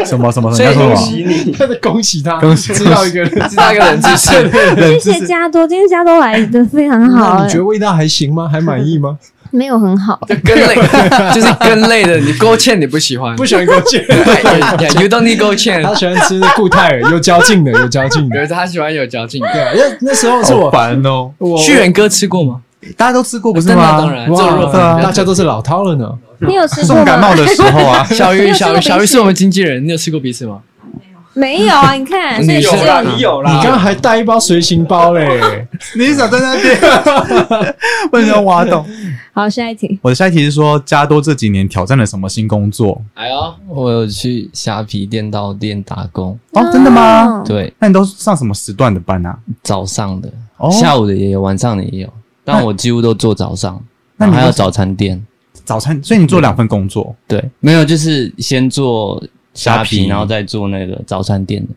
Speaker 1: 什么什么什
Speaker 3: 所以
Speaker 1: 么叫什
Speaker 3: 恭
Speaker 1: 么？
Speaker 5: 他在恭喜他，
Speaker 1: 恭喜
Speaker 5: 知道一个人。
Speaker 3: 知道一个冷知识，
Speaker 2: 谢谢加多，今天加多来的非常好、
Speaker 5: 那
Speaker 2: 哎
Speaker 5: 你觉得味道还行吗？还满意吗？
Speaker 2: 没有很好，
Speaker 3: 就跟类，就是跟类的，你勾芡你不喜欢，
Speaker 5: 不喜欢勾芡，
Speaker 3: ，You don't need 勾芡
Speaker 5: 他，喜欢吃固态尔，有嚼劲的，有嚼劲
Speaker 3: 比
Speaker 5: 的。
Speaker 3: 如他喜欢有嚼劲。
Speaker 5: 对啊，因为那时候是
Speaker 1: 好
Speaker 5: 我
Speaker 1: 烦哦！
Speaker 5: 我
Speaker 3: 旭远哥吃过吗？
Speaker 1: 大家都吃过不是
Speaker 3: 那
Speaker 1: 吗？
Speaker 3: 当然，这种肉，
Speaker 5: 哇，
Speaker 1: 对啊
Speaker 5: 大家都是老饕了呢。
Speaker 2: 你有吃过吗？
Speaker 1: 重感冒的时候啊
Speaker 3: 小
Speaker 2: 你
Speaker 3: 鱼，
Speaker 2: 有吃
Speaker 3: 小
Speaker 2: 过
Speaker 3: 鱼，
Speaker 2: 彼
Speaker 3: 小
Speaker 2: 此
Speaker 3: 鱼是我们经纪人，你有吃过彼此吗？
Speaker 2: 没有啊？你看，所以
Speaker 3: 你
Speaker 2: 只
Speaker 3: 有啦
Speaker 2: 你。
Speaker 4: 有
Speaker 5: 你刚刚还带一包随行包嘞，
Speaker 1: 你想在那边 被人挖 洞？
Speaker 2: 好，下一题。嗯
Speaker 1: 我的下一题是说，加多这几年挑战了什么新工作？
Speaker 3: 哎呦，
Speaker 6: 我有去虾皮店到店打工，
Speaker 1: 哦，真的吗？
Speaker 2: 哦？
Speaker 6: 对，
Speaker 1: 那你都上什么时段的班啊？
Speaker 6: 早上的、
Speaker 1: 哦
Speaker 6: 下午的也有，晚上的也有，但我几乎都做早上，
Speaker 1: 那
Speaker 6: 然
Speaker 1: 你
Speaker 6: 后还
Speaker 1: 都
Speaker 6: 有
Speaker 1: 是
Speaker 6: 早餐店。
Speaker 1: 早餐，所以你做两份工作，
Speaker 6: 对，没有，就是先做虾
Speaker 1: 虾
Speaker 6: 皮，
Speaker 1: 皮
Speaker 6: 然后再做那个早餐店的。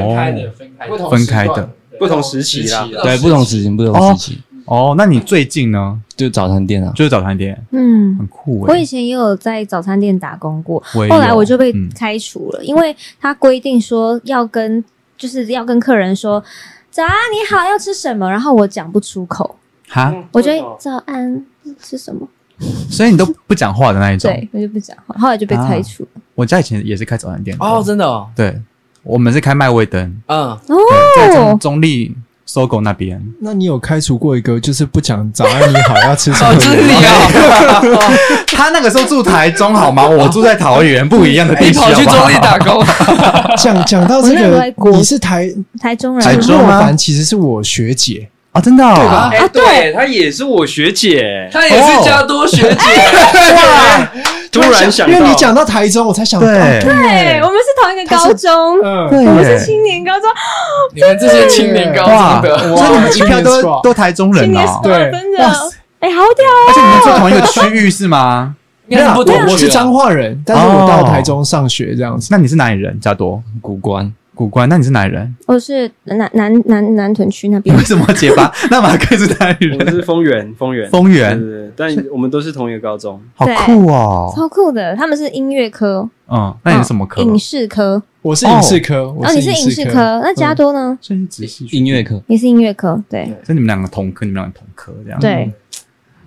Speaker 1: 分开的，
Speaker 3: 分开
Speaker 1: 同哦分开的时段，
Speaker 4: 不同时期啦
Speaker 6: 对，不同时期，不
Speaker 1: 哦
Speaker 6: 同时期，
Speaker 1: 哦，那你最近呢？
Speaker 6: 就早餐店啊。
Speaker 1: 就是早餐店，
Speaker 2: 嗯，
Speaker 1: 很酷欸
Speaker 2: 我
Speaker 1: 诶、
Speaker 2: 以前也有在早餐店打工过，
Speaker 1: 我也有
Speaker 2: 后来我就被
Speaker 1: 嗯
Speaker 2: 开除了，因为他规定说要跟就是要跟客人说早安你好要吃什么，然后我讲不出口，
Speaker 1: 哈，
Speaker 3: 嗯
Speaker 2: 我觉得早安吃什么，
Speaker 1: 所以你都不讲话的那一种。
Speaker 2: 对我就不讲话，后来就被开除了。
Speaker 1: 我家以前也是开早餐店的
Speaker 5: 嗯
Speaker 3: 哦，真的哦，
Speaker 1: 对，我们是开麦味登，
Speaker 3: 嗯，
Speaker 1: 对在
Speaker 2: 哦
Speaker 1: 中，中立搜狗那边。
Speaker 5: 那你有开除过一个就是不讲早安你好要吃什么
Speaker 3: 哦，
Speaker 5: 的
Speaker 3: 就是
Speaker 5: 人
Speaker 3: 你
Speaker 5: 吗？
Speaker 3: 哦，
Speaker 1: 他那个时候住台中好吗？我住在桃园，不一样的地
Speaker 3: 你
Speaker 1: 区。
Speaker 3: 跑去中立打工，
Speaker 5: 讲讲到这
Speaker 2: 我那时候在
Speaker 5: 个
Speaker 2: 国，
Speaker 5: 你是台
Speaker 2: 台中人，
Speaker 1: 台
Speaker 5: 是
Speaker 1: 中
Speaker 5: 若
Speaker 1: 吗
Speaker 5: 凡其实是我学姐，
Speaker 1: 啊，真的、哦？
Speaker 4: 哎，对，她也是我学姐。
Speaker 3: 他也是加多学姐，
Speaker 4: 突然想到，
Speaker 5: 因为你讲到台中，我才想到，
Speaker 1: 对
Speaker 5: 哦
Speaker 2: 对我们是同一个高中，
Speaker 5: 嗯，
Speaker 1: 对
Speaker 2: 我们
Speaker 1: 耶
Speaker 2: 是青年高中，
Speaker 3: 你们这些青年高中的，
Speaker 1: 所以你们一票
Speaker 5: 青年
Speaker 1: 都
Speaker 5: squad
Speaker 1: 都台中
Speaker 2: 青
Speaker 1: 人
Speaker 2: 年
Speaker 1: 哦
Speaker 2: school，，
Speaker 5: 对
Speaker 2: 真
Speaker 5: 哇
Speaker 2: 的，哎，好屌哦！
Speaker 1: 而且你们住同一个区域是吗？
Speaker 3: 应该是不同
Speaker 5: 我
Speaker 3: 区
Speaker 5: 我哦
Speaker 3: 啊
Speaker 5: 是彰化人，但是我到台中上学这样子。
Speaker 1: 那你是哪里人？加多，
Speaker 6: 古关，
Speaker 1: 古关。那你是哪里人？
Speaker 2: 我是南南南南屯区那边
Speaker 1: 为，什么结 巴？那马克是哪里
Speaker 4: 我们
Speaker 1: 人？
Speaker 4: 是丰原，丰原，
Speaker 1: 丰原
Speaker 4: 对对对，但我们都是同一个高中。
Speaker 1: 好酷哦！
Speaker 2: 超酷的。他们是音乐科，哦
Speaker 1: 嗯，那你是什么科？
Speaker 2: 影视科。
Speaker 5: 我是影视科，嗯我
Speaker 2: 哦，你是
Speaker 5: 影
Speaker 2: 影
Speaker 5: 视
Speaker 2: 视科，那加多呢？
Speaker 1: 所以你只是
Speaker 6: 音乐课。
Speaker 2: 你是音乐科，对
Speaker 1: 所以你们两个同科，你们两个同科这样，
Speaker 2: 对，，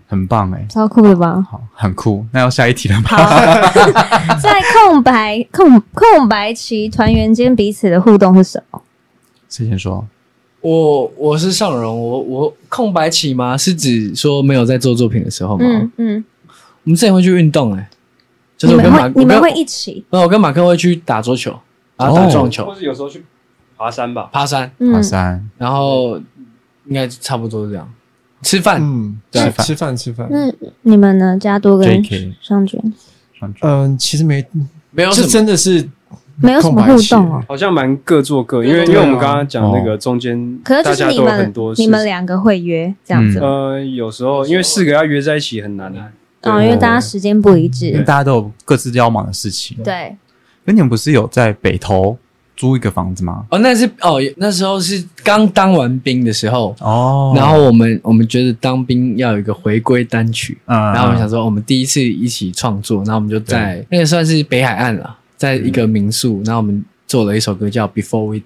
Speaker 1: 很棒哎、
Speaker 2: 超酷的吧？
Speaker 1: 好，很酷。那要下一题了 吧？
Speaker 2: 好， 在空白空空白期，团员间彼此的互动是什么？
Speaker 1: 谁先说？
Speaker 3: 我我是上荣，我我空白期吗？是指说没有在做作品的时候吗？
Speaker 2: 嗯嗯，
Speaker 3: 我们之前会去运动哎、就
Speaker 2: 你
Speaker 3: 是
Speaker 2: 们
Speaker 3: 我跟马，
Speaker 2: 会你
Speaker 3: 我跟
Speaker 2: 们会一起，
Speaker 3: 没有我跟马克会去打桌球，然后
Speaker 5: 哦
Speaker 1: 哦
Speaker 3: 打撞球、
Speaker 4: 或是有时候去爬山吧。
Speaker 3: 爬山，
Speaker 1: 阿
Speaker 2: 嗯，
Speaker 1: 三，
Speaker 3: 然后应该差不多是这样。吃饭、
Speaker 5: 嗯，
Speaker 3: 对
Speaker 5: 吃吃饭吃饭，
Speaker 2: 那你们呢？加多跟
Speaker 1: JK
Speaker 2: 上卷
Speaker 1: 上去
Speaker 5: 嗯，其实没，
Speaker 3: 没有什
Speaker 5: 是
Speaker 3: 么，
Speaker 5: 真的是
Speaker 2: 没有什么互动哦。
Speaker 4: 好像蛮各做各，因为因
Speaker 5: 对啊
Speaker 4: 为我们刚刚讲那个
Speaker 1: 哦
Speaker 4: 中间，
Speaker 2: 可是
Speaker 4: 大
Speaker 2: 就是
Speaker 4: 家
Speaker 2: 你
Speaker 4: 都有很
Speaker 2: 们
Speaker 4: 多事
Speaker 2: 你们两个会约这样子，
Speaker 4: 呃，有时候因为四个要约在一起很难，啊对
Speaker 2: 嗯，因为大家时间不一致，
Speaker 1: 大家都有各自要忙的事情。
Speaker 2: 对，
Speaker 1: 可你们不是有在北投租一个房子吗？
Speaker 3: 哦，那是哦，那时候是刚当完兵的时候，
Speaker 1: 哦
Speaker 3: 然后我们我们觉得当兵要有一个回归单曲，
Speaker 1: 嗯
Speaker 3: 然后我们想说我们第一次一起创作，然后我们就在那个算是北海岸了，在一个民
Speaker 1: 嗯
Speaker 3: 宿，然后我们做了一首歌叫《Before We Die》，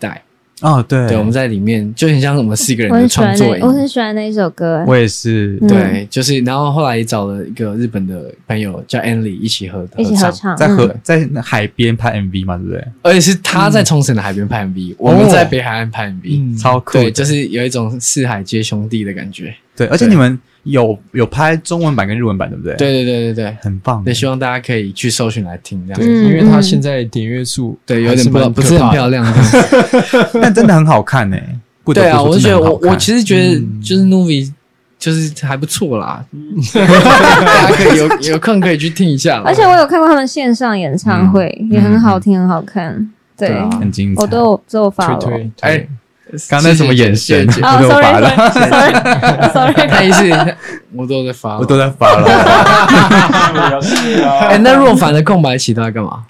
Speaker 1: 哦，对，
Speaker 3: 对，我们在里面就很像我们四个人
Speaker 2: 我
Speaker 3: 的
Speaker 2: 很喜
Speaker 3: 创
Speaker 2: 欢
Speaker 3: 作
Speaker 2: 那我很
Speaker 3: 营。
Speaker 2: 喜欢那一首歌，哎
Speaker 1: 我也是，
Speaker 2: 嗯
Speaker 3: 对，就是，然后后来也找了一个日本的朋友叫 Anly 一起呃合
Speaker 2: 一起合
Speaker 3: 唱，
Speaker 2: 唱，
Speaker 1: 在河
Speaker 2: 嗯
Speaker 1: 在海边拍 MV 嘛，对不对？
Speaker 3: 而且是他在冲绳的海边拍
Speaker 1: 嗯
Speaker 3: MV，、我们在北海岸拍 MV，、
Speaker 5: 嗯
Speaker 1: 超酷的，
Speaker 3: 对，就是有一种四海皆兄弟的感觉。
Speaker 1: 对，而且你们有有拍中文版跟日文版，对不对？，
Speaker 3: 对对对对对，
Speaker 1: 很棒。
Speaker 3: 那希望大家可以去搜寻来听，这样
Speaker 5: 对，
Speaker 2: 嗯
Speaker 3: 子。
Speaker 5: 因为他现在点阅数
Speaker 3: 对，有
Speaker 5: 还
Speaker 3: 点不
Speaker 5: 蛮
Speaker 3: 不是
Speaker 5: 可
Speaker 3: 很
Speaker 5: 怕的
Speaker 3: 漂亮。
Speaker 1: 但真的很好看诶，不得
Speaker 3: 对
Speaker 1: 不
Speaker 3: 啊，
Speaker 1: 说
Speaker 3: 我就觉
Speaker 1: 真
Speaker 3: 得
Speaker 1: 的很
Speaker 3: 我
Speaker 1: 好看
Speaker 3: 我其实觉得
Speaker 2: 嗯
Speaker 3: 就是 Novi 就是还不错啦， 大家可以有有空可以去听一下啦。
Speaker 2: 而且我有看过他们线上演唱会，也很好听，很好看。对，
Speaker 3: 对啊
Speaker 1: 很精彩。
Speaker 2: 我都有都有啊发
Speaker 5: 推
Speaker 2: 了。
Speaker 5: 推
Speaker 3: 哎
Speaker 5: 推，
Speaker 1: 刚刚那什么眼神
Speaker 3: 谢谢
Speaker 2: 哦
Speaker 1: 我都有发了
Speaker 2: ，sorry，sorry，sorry，
Speaker 3: 那一次我都有在发了，
Speaker 1: 我都在发了。
Speaker 2: 啊
Speaker 3: 哎，那若凡的空白期都在干嘛？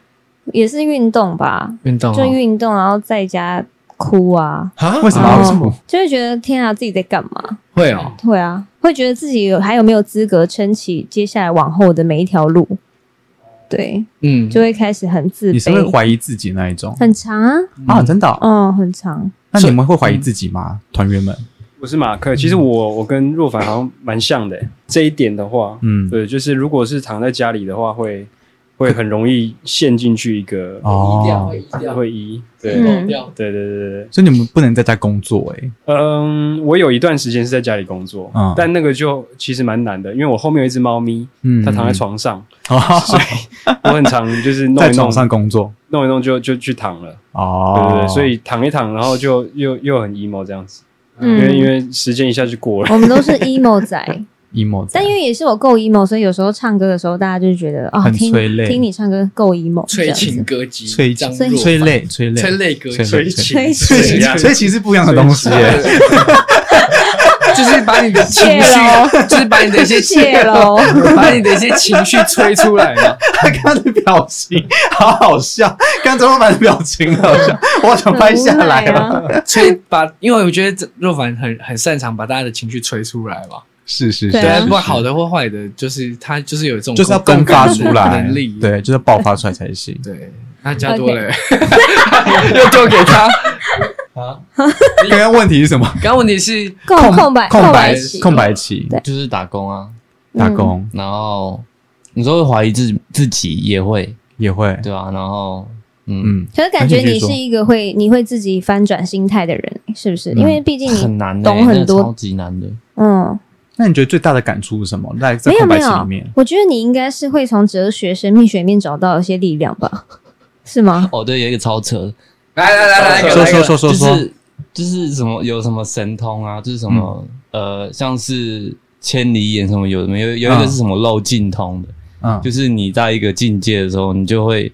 Speaker 2: 也是运动吧，
Speaker 3: 运动
Speaker 2: 就
Speaker 3: 哦，
Speaker 2: 运动，然后在家哭啊，
Speaker 5: 啊
Speaker 1: 为什么
Speaker 2: 哦
Speaker 1: 要哭？
Speaker 2: 就会觉得天啊，自己在干嘛？
Speaker 3: 会哦。
Speaker 2: 会啊，会觉得自己有还有没有资格撑起接下来往后的每一条路？对，
Speaker 3: 嗯，
Speaker 2: 就会开始很自
Speaker 1: 你是会
Speaker 2: 卑，
Speaker 1: 怀疑自己那一种
Speaker 2: 很长啊，
Speaker 1: 啊？真的哦？
Speaker 2: 嗯，很长。
Speaker 1: 那你们会怀疑自己吗？团员们？
Speaker 4: 我是马
Speaker 1: 嗯
Speaker 4: 克，其实我我跟若凡好像蛮像的、这一点的话，
Speaker 1: 嗯
Speaker 4: 对，就是如果是躺在家里的话，会会很容易陷进去一个
Speaker 1: 哦
Speaker 3: 低调会低调
Speaker 4: 会一，对
Speaker 2: 嗯
Speaker 3: 低调
Speaker 4: 对对对对对，
Speaker 1: 所以你们不能在家工作哎、
Speaker 4: 嗯，我有一段时间是在家里工作，
Speaker 1: 嗯
Speaker 4: 但那个就其实蛮难的，因为我后面有一只猫咪，
Speaker 1: 嗯
Speaker 4: 它躺在床上，
Speaker 1: 哦，
Speaker 4: 所以我很常 就是弄
Speaker 1: 在
Speaker 4: 一弄
Speaker 1: 床上工作
Speaker 4: 弄一弄就就去躺了，
Speaker 1: 哦，
Speaker 4: 对对对，所以躺一躺，然后就又又很 emo 这样子，因为因
Speaker 2: 嗯，
Speaker 4: 为时间一下就过
Speaker 1: 哦
Speaker 4: 了，
Speaker 2: 我们都是 emo 仔，
Speaker 1: emo，
Speaker 2: 但因为也是我够 emo，所以有时候唱歌的时候，大家就觉得哦，
Speaker 1: 很
Speaker 2: 听
Speaker 1: 催泪
Speaker 2: 听你唱歌够 emo，这
Speaker 3: 催
Speaker 2: 样子
Speaker 3: 情歌姬，
Speaker 1: 催
Speaker 3: 张
Speaker 2: 催
Speaker 3: 若
Speaker 1: 催
Speaker 3: 凡
Speaker 1: 泪，催泪，
Speaker 3: 催泪歌
Speaker 1: 催
Speaker 3: 姬，
Speaker 1: 泪
Speaker 4: 以
Speaker 2: 催情
Speaker 1: 所以
Speaker 4: 怎样
Speaker 1: 其所以其实不一样的东西耶、
Speaker 3: 就是把你的情
Speaker 2: 谢
Speaker 3: 绪
Speaker 2: 喽，
Speaker 3: 就是把你的一些情，
Speaker 2: 谢哦喽，
Speaker 3: 把你的一些情绪催出来嘛。
Speaker 1: 他刚刚的表情好好笑，刚周老板的表情 好笑，我好想 拍下来
Speaker 2: 很无
Speaker 1: 了。
Speaker 2: 奈啊，
Speaker 3: 催把，因为我觉得这若凡很很擅长把大家的情绪催出来嘛。
Speaker 1: 是是是，
Speaker 2: 对
Speaker 3: 对
Speaker 2: 啊
Speaker 3: 啊，
Speaker 1: 是
Speaker 3: 不管好的或坏的，就是他就是有这种
Speaker 1: 就是要迸发出来啊
Speaker 3: 能力，。
Speaker 1: 对，就是要爆发出来才行。
Speaker 3: 对，他加多了， 又丢给他。啊，
Speaker 1: 刚刚问题是什么？
Speaker 3: 刚刚问题是
Speaker 2: 空哎空白
Speaker 1: 空
Speaker 2: 白
Speaker 1: 空
Speaker 2: 期
Speaker 1: 空白期，
Speaker 2: 对嗯
Speaker 6: 就是打工啊，
Speaker 1: 打工
Speaker 6: 然后你说会怀疑自己自己也会
Speaker 1: 也会，
Speaker 6: 对啊，然后嗯
Speaker 1: 嗯，
Speaker 2: 可是感觉
Speaker 1: 那你
Speaker 2: 你
Speaker 1: 继续说
Speaker 2: 是一个会你会自己翻转心态的人，是不是？因
Speaker 1: 嗯
Speaker 2: 为毕竟
Speaker 6: 很
Speaker 2: 你
Speaker 6: 难欸，
Speaker 2: 懂很
Speaker 6: 那
Speaker 2: 多
Speaker 6: 超级难的。
Speaker 2: 嗯，
Speaker 1: 那你觉得最大的感触是什么？在在
Speaker 2: 没有
Speaker 1: 空
Speaker 2: 没
Speaker 1: 白期里
Speaker 2: 有
Speaker 1: 面，，
Speaker 2: 我觉得你应该是会从哲学、生命学里面找到一些力量吧？ 是吗？
Speaker 6: 哦，对，有一个超扯的，
Speaker 3: 来来来来，
Speaker 1: 说说说说
Speaker 6: 就
Speaker 1: 说，
Speaker 6: 是就是什么有什么神通啊，就是什么、呃，像是千里眼什么有的没有，有一个
Speaker 1: 嗯
Speaker 6: 是什么漏尽通的，
Speaker 1: 嗯，
Speaker 6: 就是你在一个境界的时候，你就会。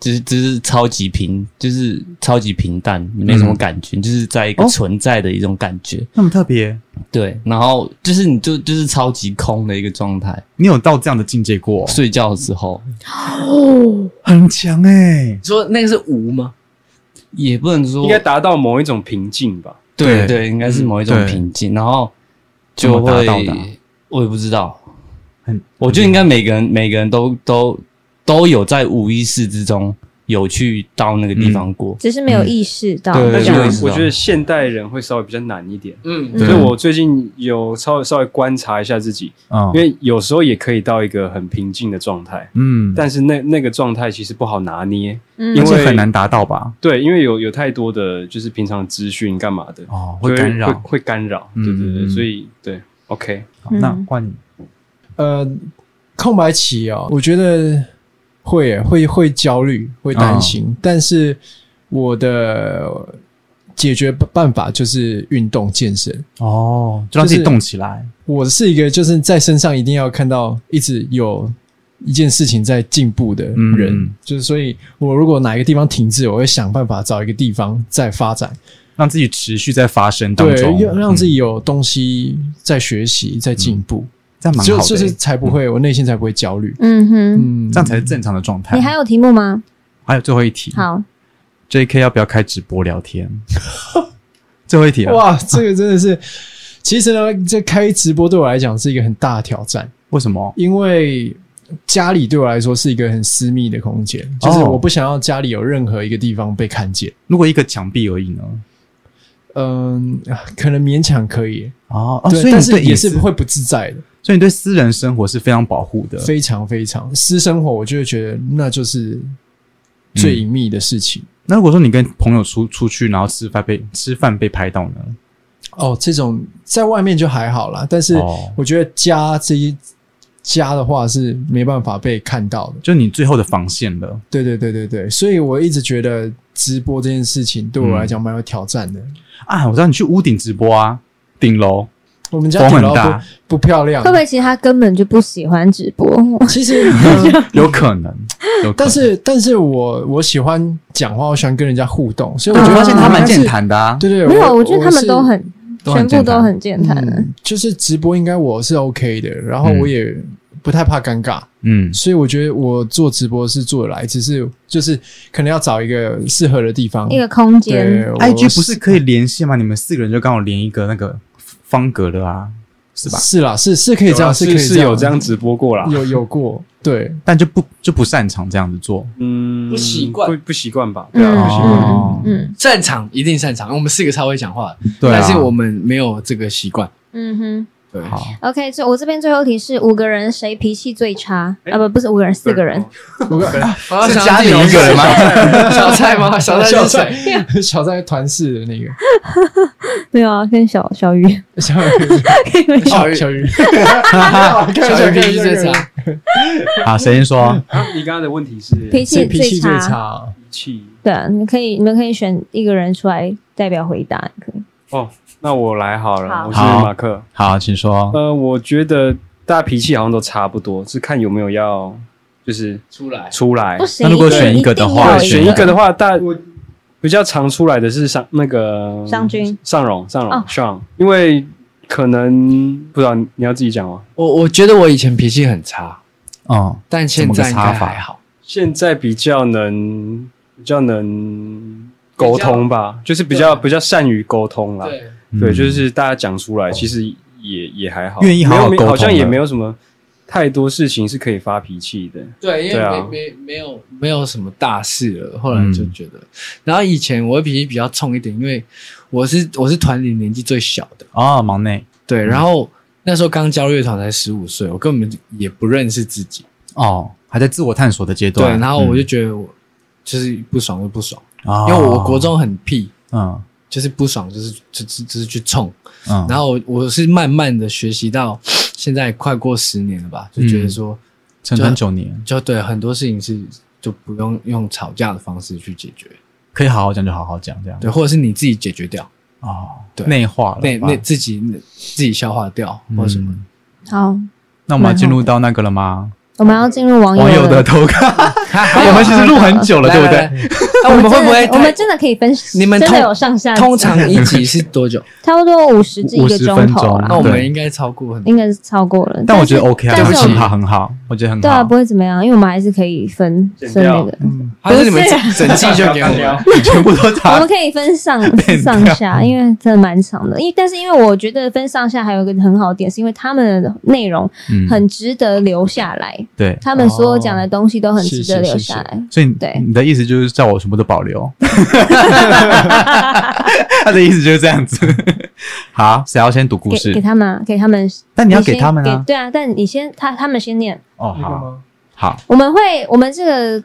Speaker 6: 就是就是超级平，就是超级平淡，你没什么
Speaker 1: 嗯
Speaker 6: 感觉，就是在一个
Speaker 1: 哦
Speaker 6: 存在的一种感觉。
Speaker 1: 那么特别，
Speaker 6: 对，然后就是你就就是超级空的一个状态，
Speaker 1: 你有到这样的境界过，
Speaker 6: 睡觉的时候
Speaker 2: 哦，
Speaker 1: 很强哎，
Speaker 3: 说那个是无吗？
Speaker 6: 也不能说
Speaker 4: 应该达到某一种瓶颈吧。
Speaker 1: 对
Speaker 6: 对对，应该是某一种
Speaker 1: 对
Speaker 6: 瓶颈，然后
Speaker 1: 怎么
Speaker 6: 就
Speaker 1: 达
Speaker 6: 会
Speaker 1: 到的啊
Speaker 6: 我也不知道
Speaker 1: 很，
Speaker 6: 我觉得应该每个人每个人都都都有在无意识之中有去到那个地方过，
Speaker 2: 只是没有意识到
Speaker 1: 嗯
Speaker 2: 这
Speaker 1: 对
Speaker 4: 但是我
Speaker 2: 样
Speaker 6: 对。
Speaker 4: 我觉得现代人会稍微比较难一点，
Speaker 3: 嗯，
Speaker 1: 对
Speaker 4: 所以我最近有稍微稍微观察一下自己，
Speaker 1: 嗯
Speaker 4: 因为有时候也可以到一个很平静的状态，
Speaker 1: 嗯，
Speaker 4: 但是那那个状态其实不好拿捏，
Speaker 2: 嗯
Speaker 1: 因
Speaker 4: 因为
Speaker 1: 为很难达到吧？
Speaker 4: 对，因为有有太多的就是平常资讯干嘛的，
Speaker 1: 哦，
Speaker 4: 就
Speaker 1: 会干扰
Speaker 4: 会。会干扰，对对
Speaker 1: 嗯
Speaker 4: 对，
Speaker 1: 嗯
Speaker 4: 所以对，OK，
Speaker 1: 好那
Speaker 2: 嗯
Speaker 1: 换你，
Speaker 5: 呃，空白期哦，我觉得会耶会会焦虑，会担心，但是我的解决办法就是运动健身。
Speaker 1: 哦，就让自己
Speaker 5: 就是
Speaker 1: 动起来。
Speaker 5: 我是一个就是在身上一定要看到一直有一件事情在进步的人，
Speaker 1: 嗯嗯
Speaker 5: 就是所以，我如果哪一个地方停滞，我会想办法找一个地方再发展，
Speaker 1: 让自己持续在发生当
Speaker 5: 对，
Speaker 1: 中，
Speaker 5: 要让
Speaker 1: 嗯
Speaker 5: 自己有东西在学习，在进步，
Speaker 1: 这样蛮好
Speaker 5: 就
Speaker 1: 的欸，
Speaker 5: 就是才不会，我内心才不会焦虑。
Speaker 2: 嗯哼，
Speaker 5: 嗯，
Speaker 1: 这样才是正常的状态。
Speaker 2: 你还有题目吗？
Speaker 1: 还有最后一题，
Speaker 2: 好，
Speaker 1: ，J.K. 要不要开直播聊天？ 最后一题啊，
Speaker 5: 哇，这个真的是，其实呢，这开直播对我来讲是一个很大的挑战，
Speaker 1: 为什么？
Speaker 5: 因为家里对我来说是一个很私密的空间，就是
Speaker 1: 哦
Speaker 5: 我不想要家里有任何一个地方被看见。
Speaker 1: 如果一个墙壁而已呢？
Speaker 5: 嗯，啊可能勉强可以，
Speaker 1: 哦，哦
Speaker 5: 对，
Speaker 1: 所以
Speaker 5: 但
Speaker 1: 你
Speaker 5: 是
Speaker 1: 对
Speaker 5: 也
Speaker 1: 隐
Speaker 5: 是
Speaker 1: 私，
Speaker 5: 会不自在的，
Speaker 1: 所以你对私人生活是非常保护的。
Speaker 5: 非常非常私生活，我就会觉得那就是最隐秘的事情。
Speaker 1: 那如果说你跟朋友出出去，然后吃饭被吃饭被拍到呢？
Speaker 5: 哦，这种在外面就还好啦，但是
Speaker 1: 哦
Speaker 5: 我觉得家这一家的话是没办法被看到的。
Speaker 1: 就你最后的防线了。
Speaker 5: 对对对对对，所以我一直觉得直播这件事情对我来
Speaker 1: 嗯
Speaker 5: 讲蛮有挑战的。
Speaker 1: 啊，我知道你去屋顶直播啊，顶楼
Speaker 5: 我们家
Speaker 1: 风
Speaker 5: 顶
Speaker 1: 很
Speaker 5: 楼
Speaker 1: 大，
Speaker 5: 不不漂亮
Speaker 2: 会，不会其实他根本就不喜欢直播？
Speaker 5: 其 实。嗯
Speaker 1: 有可能，有可能。
Speaker 5: 但是，但是我我喜欢讲话，我喜欢跟人家互动，所以
Speaker 1: 我
Speaker 5: 我觉
Speaker 1: 觉
Speaker 5: 得
Speaker 1: 得
Speaker 5: 现
Speaker 1: 现
Speaker 5: 在
Speaker 1: 在他蛮健，谈的啊，
Speaker 5: 对对，
Speaker 2: 没有，我觉得
Speaker 5: 我
Speaker 2: 他们
Speaker 5: 是
Speaker 2: 都很，
Speaker 1: 都
Speaker 2: 全
Speaker 1: 很
Speaker 2: 部
Speaker 1: 健
Speaker 2: 都
Speaker 1: 谈
Speaker 2: 很健谈的。
Speaker 5: 嗯就是直播应该我是 OK 的，然后我也不太怕尴尬，
Speaker 1: 嗯，
Speaker 5: 所以我觉得我做直播是做得来，只是就是可能要找一个适合的地方。
Speaker 2: 一个空间
Speaker 5: 对我
Speaker 1: IG 不是可以连线吗？你们四个人就刚好连一个那个方格的啊，是吧？
Speaker 5: 是啦，是是可以这
Speaker 4: 有啊
Speaker 5: 样，可以
Speaker 4: 是是有这样直播过啦，
Speaker 5: 有有过，对，
Speaker 1: 但就不就不擅长这样子做。
Speaker 4: 嗯，
Speaker 3: 不习惯
Speaker 4: 不不习惯吧？对啊，
Speaker 1: 不习惯
Speaker 2: 嗯嗯
Speaker 3: 擅长一定擅长，我们四个超会讲话的，
Speaker 1: 对啊，
Speaker 3: 但是我们没有这个习惯。
Speaker 2: 嗯哼。
Speaker 3: 对，
Speaker 1: 好，
Speaker 2: OK，这我这边最后一题是五个人谁脾气最差？
Speaker 5: 哎
Speaker 2: 啊不，不是五个人，四个人。
Speaker 5: 不过
Speaker 3: 啊
Speaker 1: 是家里一个人吗？
Speaker 3: 小蔡吗？小蔡
Speaker 5: 小
Speaker 3: 是
Speaker 5: 蔡
Speaker 3: 谁？
Speaker 5: 小蔡团式的那个
Speaker 2: 没有啊，跟小小鱼。
Speaker 5: 小鱼，
Speaker 3: 小鱼
Speaker 5: 小鱼，
Speaker 3: 小鱼脾气最差。
Speaker 1: 好，谁先 说？
Speaker 4: 啊你刚刚的问题是
Speaker 2: 脾
Speaker 5: 谁
Speaker 2: 气
Speaker 5: 脾气最
Speaker 2: 差。
Speaker 5: 差？
Speaker 4: 脾气
Speaker 2: 对啊，你可以，你们可以选一个人出来代表回答，可以。
Speaker 4: 哦，那我来好了，
Speaker 2: 好
Speaker 4: 我是马克。
Speaker 1: 好，请说。
Speaker 4: 呃，我觉得大家脾气好像都差不多，是看有没有要就是
Speaker 3: 出来，
Speaker 4: 出来
Speaker 2: 不。行，
Speaker 1: 哎那如果
Speaker 2: 一定
Speaker 1: 选一个的话
Speaker 2: 一定要有
Speaker 4: 哦对，选一个的
Speaker 2: 话，
Speaker 4: 话，大比较常出来的是上那个
Speaker 2: 商君、
Speaker 4: 尚荣、尚
Speaker 2: 哦
Speaker 4: 荣、尚，因为可能不知道你要自己讲哦吗？
Speaker 3: 我我觉得我以前脾气很差，
Speaker 1: 哦，
Speaker 3: 但现在应该还好。
Speaker 4: 现在比较能比较能沟通吧，就是比较
Speaker 3: 对
Speaker 4: 比较善于沟通啦。
Speaker 3: 对，
Speaker 1: 嗯
Speaker 4: 对，就是大家讲出来，其实也也还好，
Speaker 1: 愿意好好
Speaker 4: 没有
Speaker 1: 沟通
Speaker 4: 好像也
Speaker 1: 的
Speaker 4: 没有什么太多事情是可以发脾气的。
Speaker 3: 对，因为
Speaker 4: 对
Speaker 3: 没、
Speaker 4: 啊
Speaker 3: 没没有没有什么大事了，后来就觉得，然后以前我的脾气比较冲一点，因为我是我是团里年纪最小的，
Speaker 1: 哦，忙内
Speaker 3: 对，然后那时候刚加入乐团才十五岁，我根本也不认识自己，
Speaker 1: 哦，还在自我探索的阶
Speaker 3: 对，
Speaker 1: 段。
Speaker 3: 然后我就觉得我、就是不爽就不爽，
Speaker 1: 嗯，
Speaker 3: 因为我国中很屁，
Speaker 1: 哦，
Speaker 3: 就是不爽就是就就就是去冲，
Speaker 1: 嗯嗯，
Speaker 3: 然后我我是慢慢的学习到现在快过十年了吧，就觉得说。
Speaker 1: 成团九年，
Speaker 3: 就对很多事情是就不用用吵架的方式去解决，
Speaker 1: 可以好好讲就好好讲，这样
Speaker 3: 对，或者是你自己解决掉，
Speaker 1: 哦，
Speaker 3: 对
Speaker 1: 内化了
Speaker 3: 那
Speaker 1: 吧
Speaker 3: 那自己自己消化掉
Speaker 1: 嗯
Speaker 3: 或者什么。
Speaker 2: 好，
Speaker 1: 那我们要进入到那个了吗？
Speaker 2: 我们要进入网
Speaker 1: 网
Speaker 2: 友
Speaker 1: 友
Speaker 2: 的。
Speaker 1: 的投 稿，
Speaker 3: 我
Speaker 1: 我们其实录很久了，对不对？？
Speaker 3: 那我们会不会
Speaker 2: 真的我们
Speaker 3: 太？
Speaker 2: 真的可以分，
Speaker 3: 你们
Speaker 2: 真
Speaker 3: 通
Speaker 2: 的有上
Speaker 1: 哎
Speaker 2: 下集，
Speaker 3: 通常一集是多 久？
Speaker 2: 差不多五十至一个
Speaker 1: 50
Speaker 2: 钟头
Speaker 1: 分
Speaker 2: 啦
Speaker 1: 钟
Speaker 3: 那我，们
Speaker 1: 对
Speaker 3: 应该超过很多。
Speaker 2: 应该是超过了。
Speaker 1: 但我
Speaker 2: 是
Speaker 1: 觉得 OK 啊，
Speaker 2: 但是
Speaker 3: 对不
Speaker 1: 很
Speaker 3: 起
Speaker 2: 我
Speaker 1: 好，很好，我觉得很
Speaker 2: 对啊，
Speaker 1: 好
Speaker 2: 不。会怎么样，因为我们还是可以分
Speaker 4: 剪
Speaker 2: 分那
Speaker 4: 掉
Speaker 2: 个，
Speaker 3: 还是你们
Speaker 2: 不是
Speaker 3: 整整季就给我们？
Speaker 1: 全部都
Speaker 2: 我
Speaker 1: 打
Speaker 2: 们可以分 上上下，因为真的蛮长的。因为但是因为我觉得分上下还有一个很好的点，是因为他们的内容
Speaker 1: 嗯
Speaker 2: 很值得留下来，
Speaker 1: 对，
Speaker 2: 他们所有讲的东西都很值
Speaker 1: 哦
Speaker 2: 得留下来。
Speaker 1: 所以你
Speaker 2: 对
Speaker 1: 你的意思就是叫我全部都保留， 他的意思就是这样子。 好，谁要先读故
Speaker 2: 给给
Speaker 1: 事？
Speaker 2: 他们啊，给他们，
Speaker 1: 但你要
Speaker 2: 先
Speaker 1: 给他们啊
Speaker 2: 给对啊，但你先他他们先念，
Speaker 1: 哦，
Speaker 5: 那个
Speaker 1: 好
Speaker 5: 吗
Speaker 1: 好，
Speaker 2: 我们会我们这个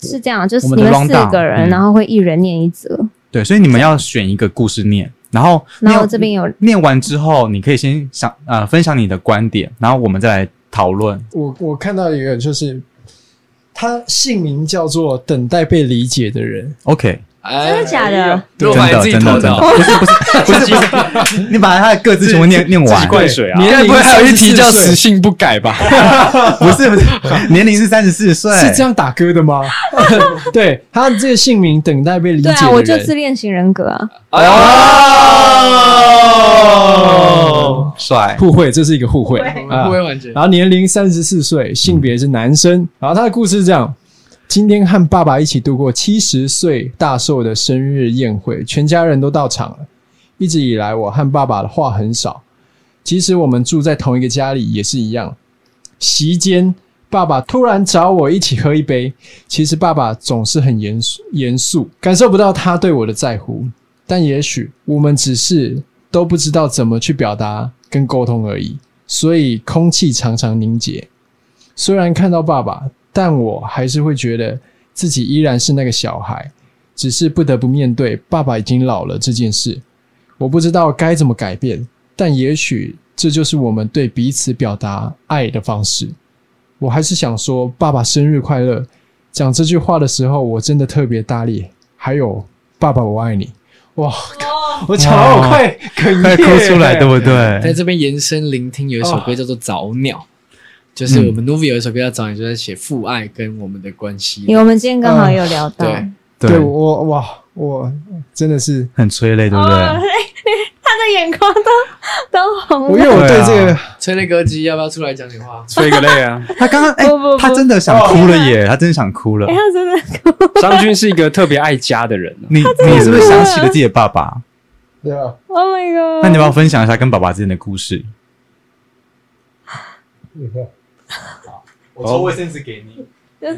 Speaker 2: 是这样，就是
Speaker 1: 我
Speaker 2: 你
Speaker 1: 们的
Speaker 2: 们四
Speaker 1: rundown，
Speaker 2: 个人，
Speaker 1: 嗯
Speaker 2: 然后会一人念一则，
Speaker 1: 对，所以你们要选一个故事念，然后
Speaker 2: 然后
Speaker 1: 念
Speaker 2: 这边有
Speaker 1: 念完之后，你可以先想呃分享你的观点，然后我们再来讨论。
Speaker 5: 我我看到一个就是。他姓名叫做“等待被理解的人
Speaker 1: OK，
Speaker 2: 真
Speaker 3: 真
Speaker 2: 的假的？
Speaker 3: 哎
Speaker 1: 真
Speaker 3: 如果把你
Speaker 1: 的
Speaker 3: 自己
Speaker 1: 真
Speaker 3: 投
Speaker 1: 的真的，
Speaker 3: 的，
Speaker 1: 不是不是不是不是，你把他的各自全部念念
Speaker 4: 自己
Speaker 1: 完。
Speaker 4: 灌水啊
Speaker 5: 你！
Speaker 3: 应该不会还有一题叫“
Speaker 5: 年龄是
Speaker 3: 死性不改”吧？
Speaker 1: 不是不是，年龄是三十四”，岁，
Speaker 5: 是这样打歌 的吗？对他这个姓名等待被理解
Speaker 2: 对
Speaker 5: 的
Speaker 2: 啊，
Speaker 5: 人，
Speaker 2: 我就自恋型人格啊，
Speaker 3: 哦，
Speaker 1: 帅，
Speaker 5: 互惠，这是一个互惠啊
Speaker 3: 不会完全。
Speaker 5: 然后年龄三十四岁，性别是男生。然后他的故事是这样：今天和爸爸一起度过七十岁大寿的生日宴会，全家人都到场了。一直以来，我和爸爸的话很少，即使我们住在同一个家里也是一样。席间，爸爸突然找我一起喝一杯。其实爸爸总是很严肃，严肃，感受不到他对我的在乎。但也许我们只是都不知道怎么去表达跟沟通而已。所以空气常常凝结。虽然看到爸爸，但我还是会觉得自己依然是那个小孩，只是不得不面对爸爸已经老了这件事。我不知道该怎么改变，但也许这就是我们对彼此表达爱的方式。我还是想说“爸爸生日快乐”。讲这句话的时候，我真的特别大力。还有“爸爸我爱你”，哇！我讲到我快哽
Speaker 1: 快
Speaker 5: 咽，
Speaker 1: 哭出来，对不
Speaker 3: 在
Speaker 1: 对？
Speaker 3: 这边延伸聆听，有一首歌叫做《早鸟》，就是我们 Novi 有一首歌叫《早鸟》，就在写父爱跟我们的关系。
Speaker 2: 因为我们今天
Speaker 1: 嗯
Speaker 2: 刚好也有聊到，
Speaker 3: 对，
Speaker 5: 对我哇，我真的是，
Speaker 1: 很催泪，对不
Speaker 2: 哦
Speaker 1: 对？
Speaker 2: 他的眼眶都都
Speaker 5: 我
Speaker 2: 红
Speaker 5: 因
Speaker 2: 了。
Speaker 5: 为我对这
Speaker 1: 对
Speaker 5: 个
Speaker 1: 啊
Speaker 3: 催泪歌姬要不要出来讲点话？
Speaker 4: 催个泪啊！
Speaker 1: 他刚刚哎
Speaker 2: 不不不，
Speaker 1: 他真的想哭了耶，他真的想哭了
Speaker 2: 哎、。他真的，
Speaker 4: 商君是一个特别爱家的人啊、
Speaker 1: 你你是不是想起了自己的爸爸？
Speaker 5: 对吧？啊
Speaker 2: ，Oh my god！
Speaker 1: 那你要不要分享一下跟爸爸之间的故事？
Speaker 7: 你看，
Speaker 1: 我抽卫生纸给 你。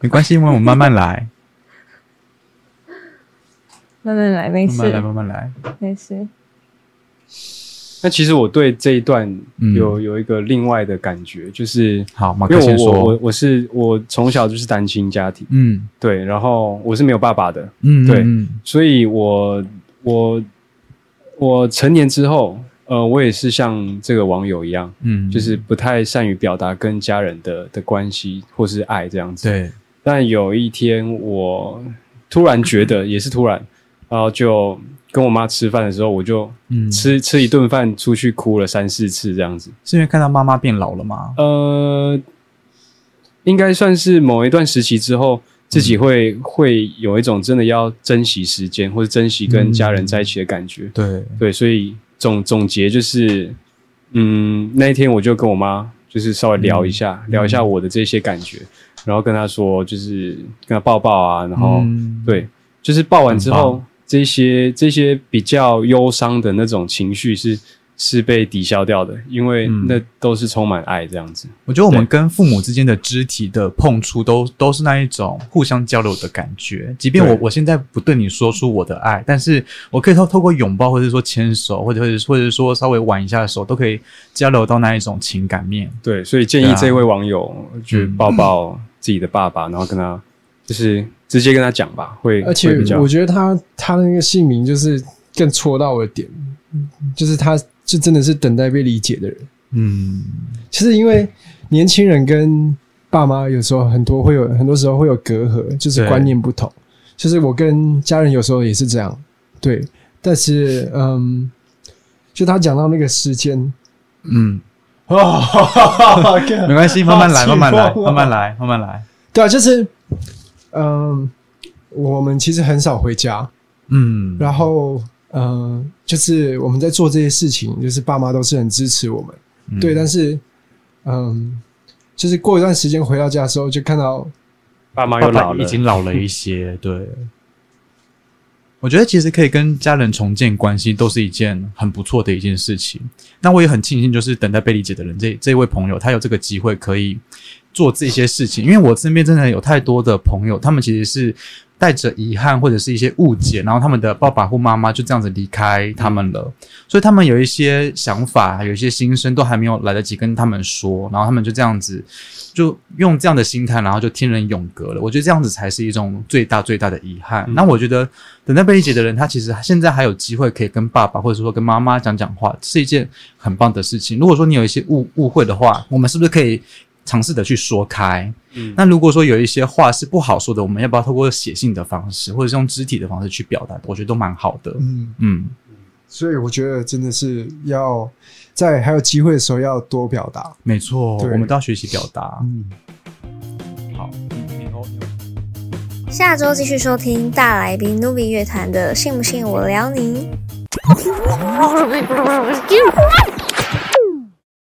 Speaker 1: 没关系，因为我慢慢来，
Speaker 2: 慢慢来，没
Speaker 1: 慢慢来，
Speaker 2: 事，
Speaker 1: 慢慢来。
Speaker 2: 没事。
Speaker 4: 那其实我对这一段
Speaker 1: 嗯
Speaker 4: 有、有一个另外的感觉，就是
Speaker 1: 好，马
Speaker 4: 因
Speaker 1: 克
Speaker 4: 为
Speaker 1: 先
Speaker 4: 我我我
Speaker 1: 说。
Speaker 4: 我是我从小就是单亲家庭，
Speaker 1: 嗯
Speaker 4: 对，然后我是没有爸爸的，
Speaker 1: 嗯，
Speaker 4: 对
Speaker 1: 嗯
Speaker 4: 所以我我我成年之后，呃，我也是像这个网友一样，
Speaker 1: 嗯，
Speaker 4: 就是不太善于表达跟家人的的关系或是爱这样子。
Speaker 1: 对，
Speaker 4: 但有一天，我突然觉得，也是突然，然后就跟我妈吃饭的时候，我就
Speaker 1: 嗯，是
Speaker 4: 吃、吃一顿饭，出去哭了三四次这样子。
Speaker 1: 是因为看到妈妈变老了吗？
Speaker 4: 呃，应该算是某一段时期之后，自己会、
Speaker 1: 嗯
Speaker 4: 会有一种真的要珍惜时间，或者珍惜跟家人在一起的感觉。
Speaker 1: 对，
Speaker 4: 对，所以总总结就是，嗯，那一天我就跟我妈就是稍微聊一下，
Speaker 1: 嗯
Speaker 4: 聊一下我的这些感觉，然后跟她说，就是跟她抱抱啊，然后、
Speaker 1: 嗯
Speaker 4: 对，就是抱完之
Speaker 1: 很
Speaker 4: 后，这些这些比较忧伤的那种情绪是是被抵消掉的，因为
Speaker 1: 嗯
Speaker 4: 那都是充满爱这样子。
Speaker 1: 我觉得我们跟父母之间的肢体的碰触都，都是那一种互相交流的感觉。即便我
Speaker 4: 对
Speaker 1: 我现在不对你说出我的爱，但是我可以透透过拥抱，或者说牵手，或者或者或者说稍微挽一下的手，都可以交流到那一种情感面。
Speaker 4: 对，所以建
Speaker 1: 对
Speaker 4: 议
Speaker 1: 啊
Speaker 4: 这位网友去
Speaker 1: 嗯
Speaker 4: 抱抱自己的爸爸，然后跟他就是直接跟他讲吧，会
Speaker 5: 而且
Speaker 4: 会比较
Speaker 5: 我觉得他他的那个姓名就是更戳到我的点，就是他就真的是等待被理解的人。
Speaker 1: 嗯，
Speaker 5: 其实因为年轻人跟爸妈有时候很多会有很多时候会有隔阂，就是
Speaker 1: 对
Speaker 5: 观念不同。就是我跟家人有时候也是这样，对。但是嗯，就他讲到那个时间，
Speaker 1: 嗯，
Speaker 5: 哦，
Speaker 1: 没关系，慢慢来，
Speaker 5: 好
Speaker 1: 慢慢来，
Speaker 5: 奇怪
Speaker 1: 慢慢来，慢慢来。
Speaker 5: 对啊，就是嗯，我们其实很少回家，
Speaker 1: 嗯，
Speaker 5: 然后，呃，就是我们在做这些事情，就是爸妈都是很支持我们，
Speaker 1: 嗯
Speaker 5: 对。但是，嗯、就是过一段时间回到家的时候，就看到，
Speaker 4: 爸妈
Speaker 1: 爸
Speaker 4: 又
Speaker 1: 爸
Speaker 4: 老
Speaker 1: 已
Speaker 4: 了，
Speaker 1: 经老了一 些，对。我觉得其实可以跟家人重建关系，都是一件很不错的一件事情。那我也很庆幸，就是等待被理解的人这这位朋友，他有这个机会可以做这些事情。因为我身边真的有太多的朋友，他们其实是带着遗憾或者是一些误解，然后他们的爸爸或妈妈就这样子离开他们了，所以他们有一些想法，有一些心声都还没有来得及跟他们说，然后他们就这样子就用这样的心态，然后就天人永隔了。我觉得这样子才是一种最大最大的遗憾。那我觉得等待被理解的人，他其实现在还有机会可以跟爸爸或者说跟妈妈讲讲话，是一件很棒的事情。如果说你有一些误误会的话，我们是不是可以尝试的去说开？
Speaker 4: 嗯
Speaker 1: 那如果说有一些话是不好说的，我们要不要透过写信的方式，或者是用肢体的方式去表达？我觉得都蛮好的。
Speaker 5: 嗯，
Speaker 1: 嗯，
Speaker 5: 所以我觉得真的是要在还有机会的时候要多表达，
Speaker 1: 没错，
Speaker 5: 对
Speaker 1: 我们都要学习表达。
Speaker 5: 嗯。
Speaker 1: 好，以后
Speaker 2: 下周继续收听大来宾 Nubi 乐团的《信不信我撩你》。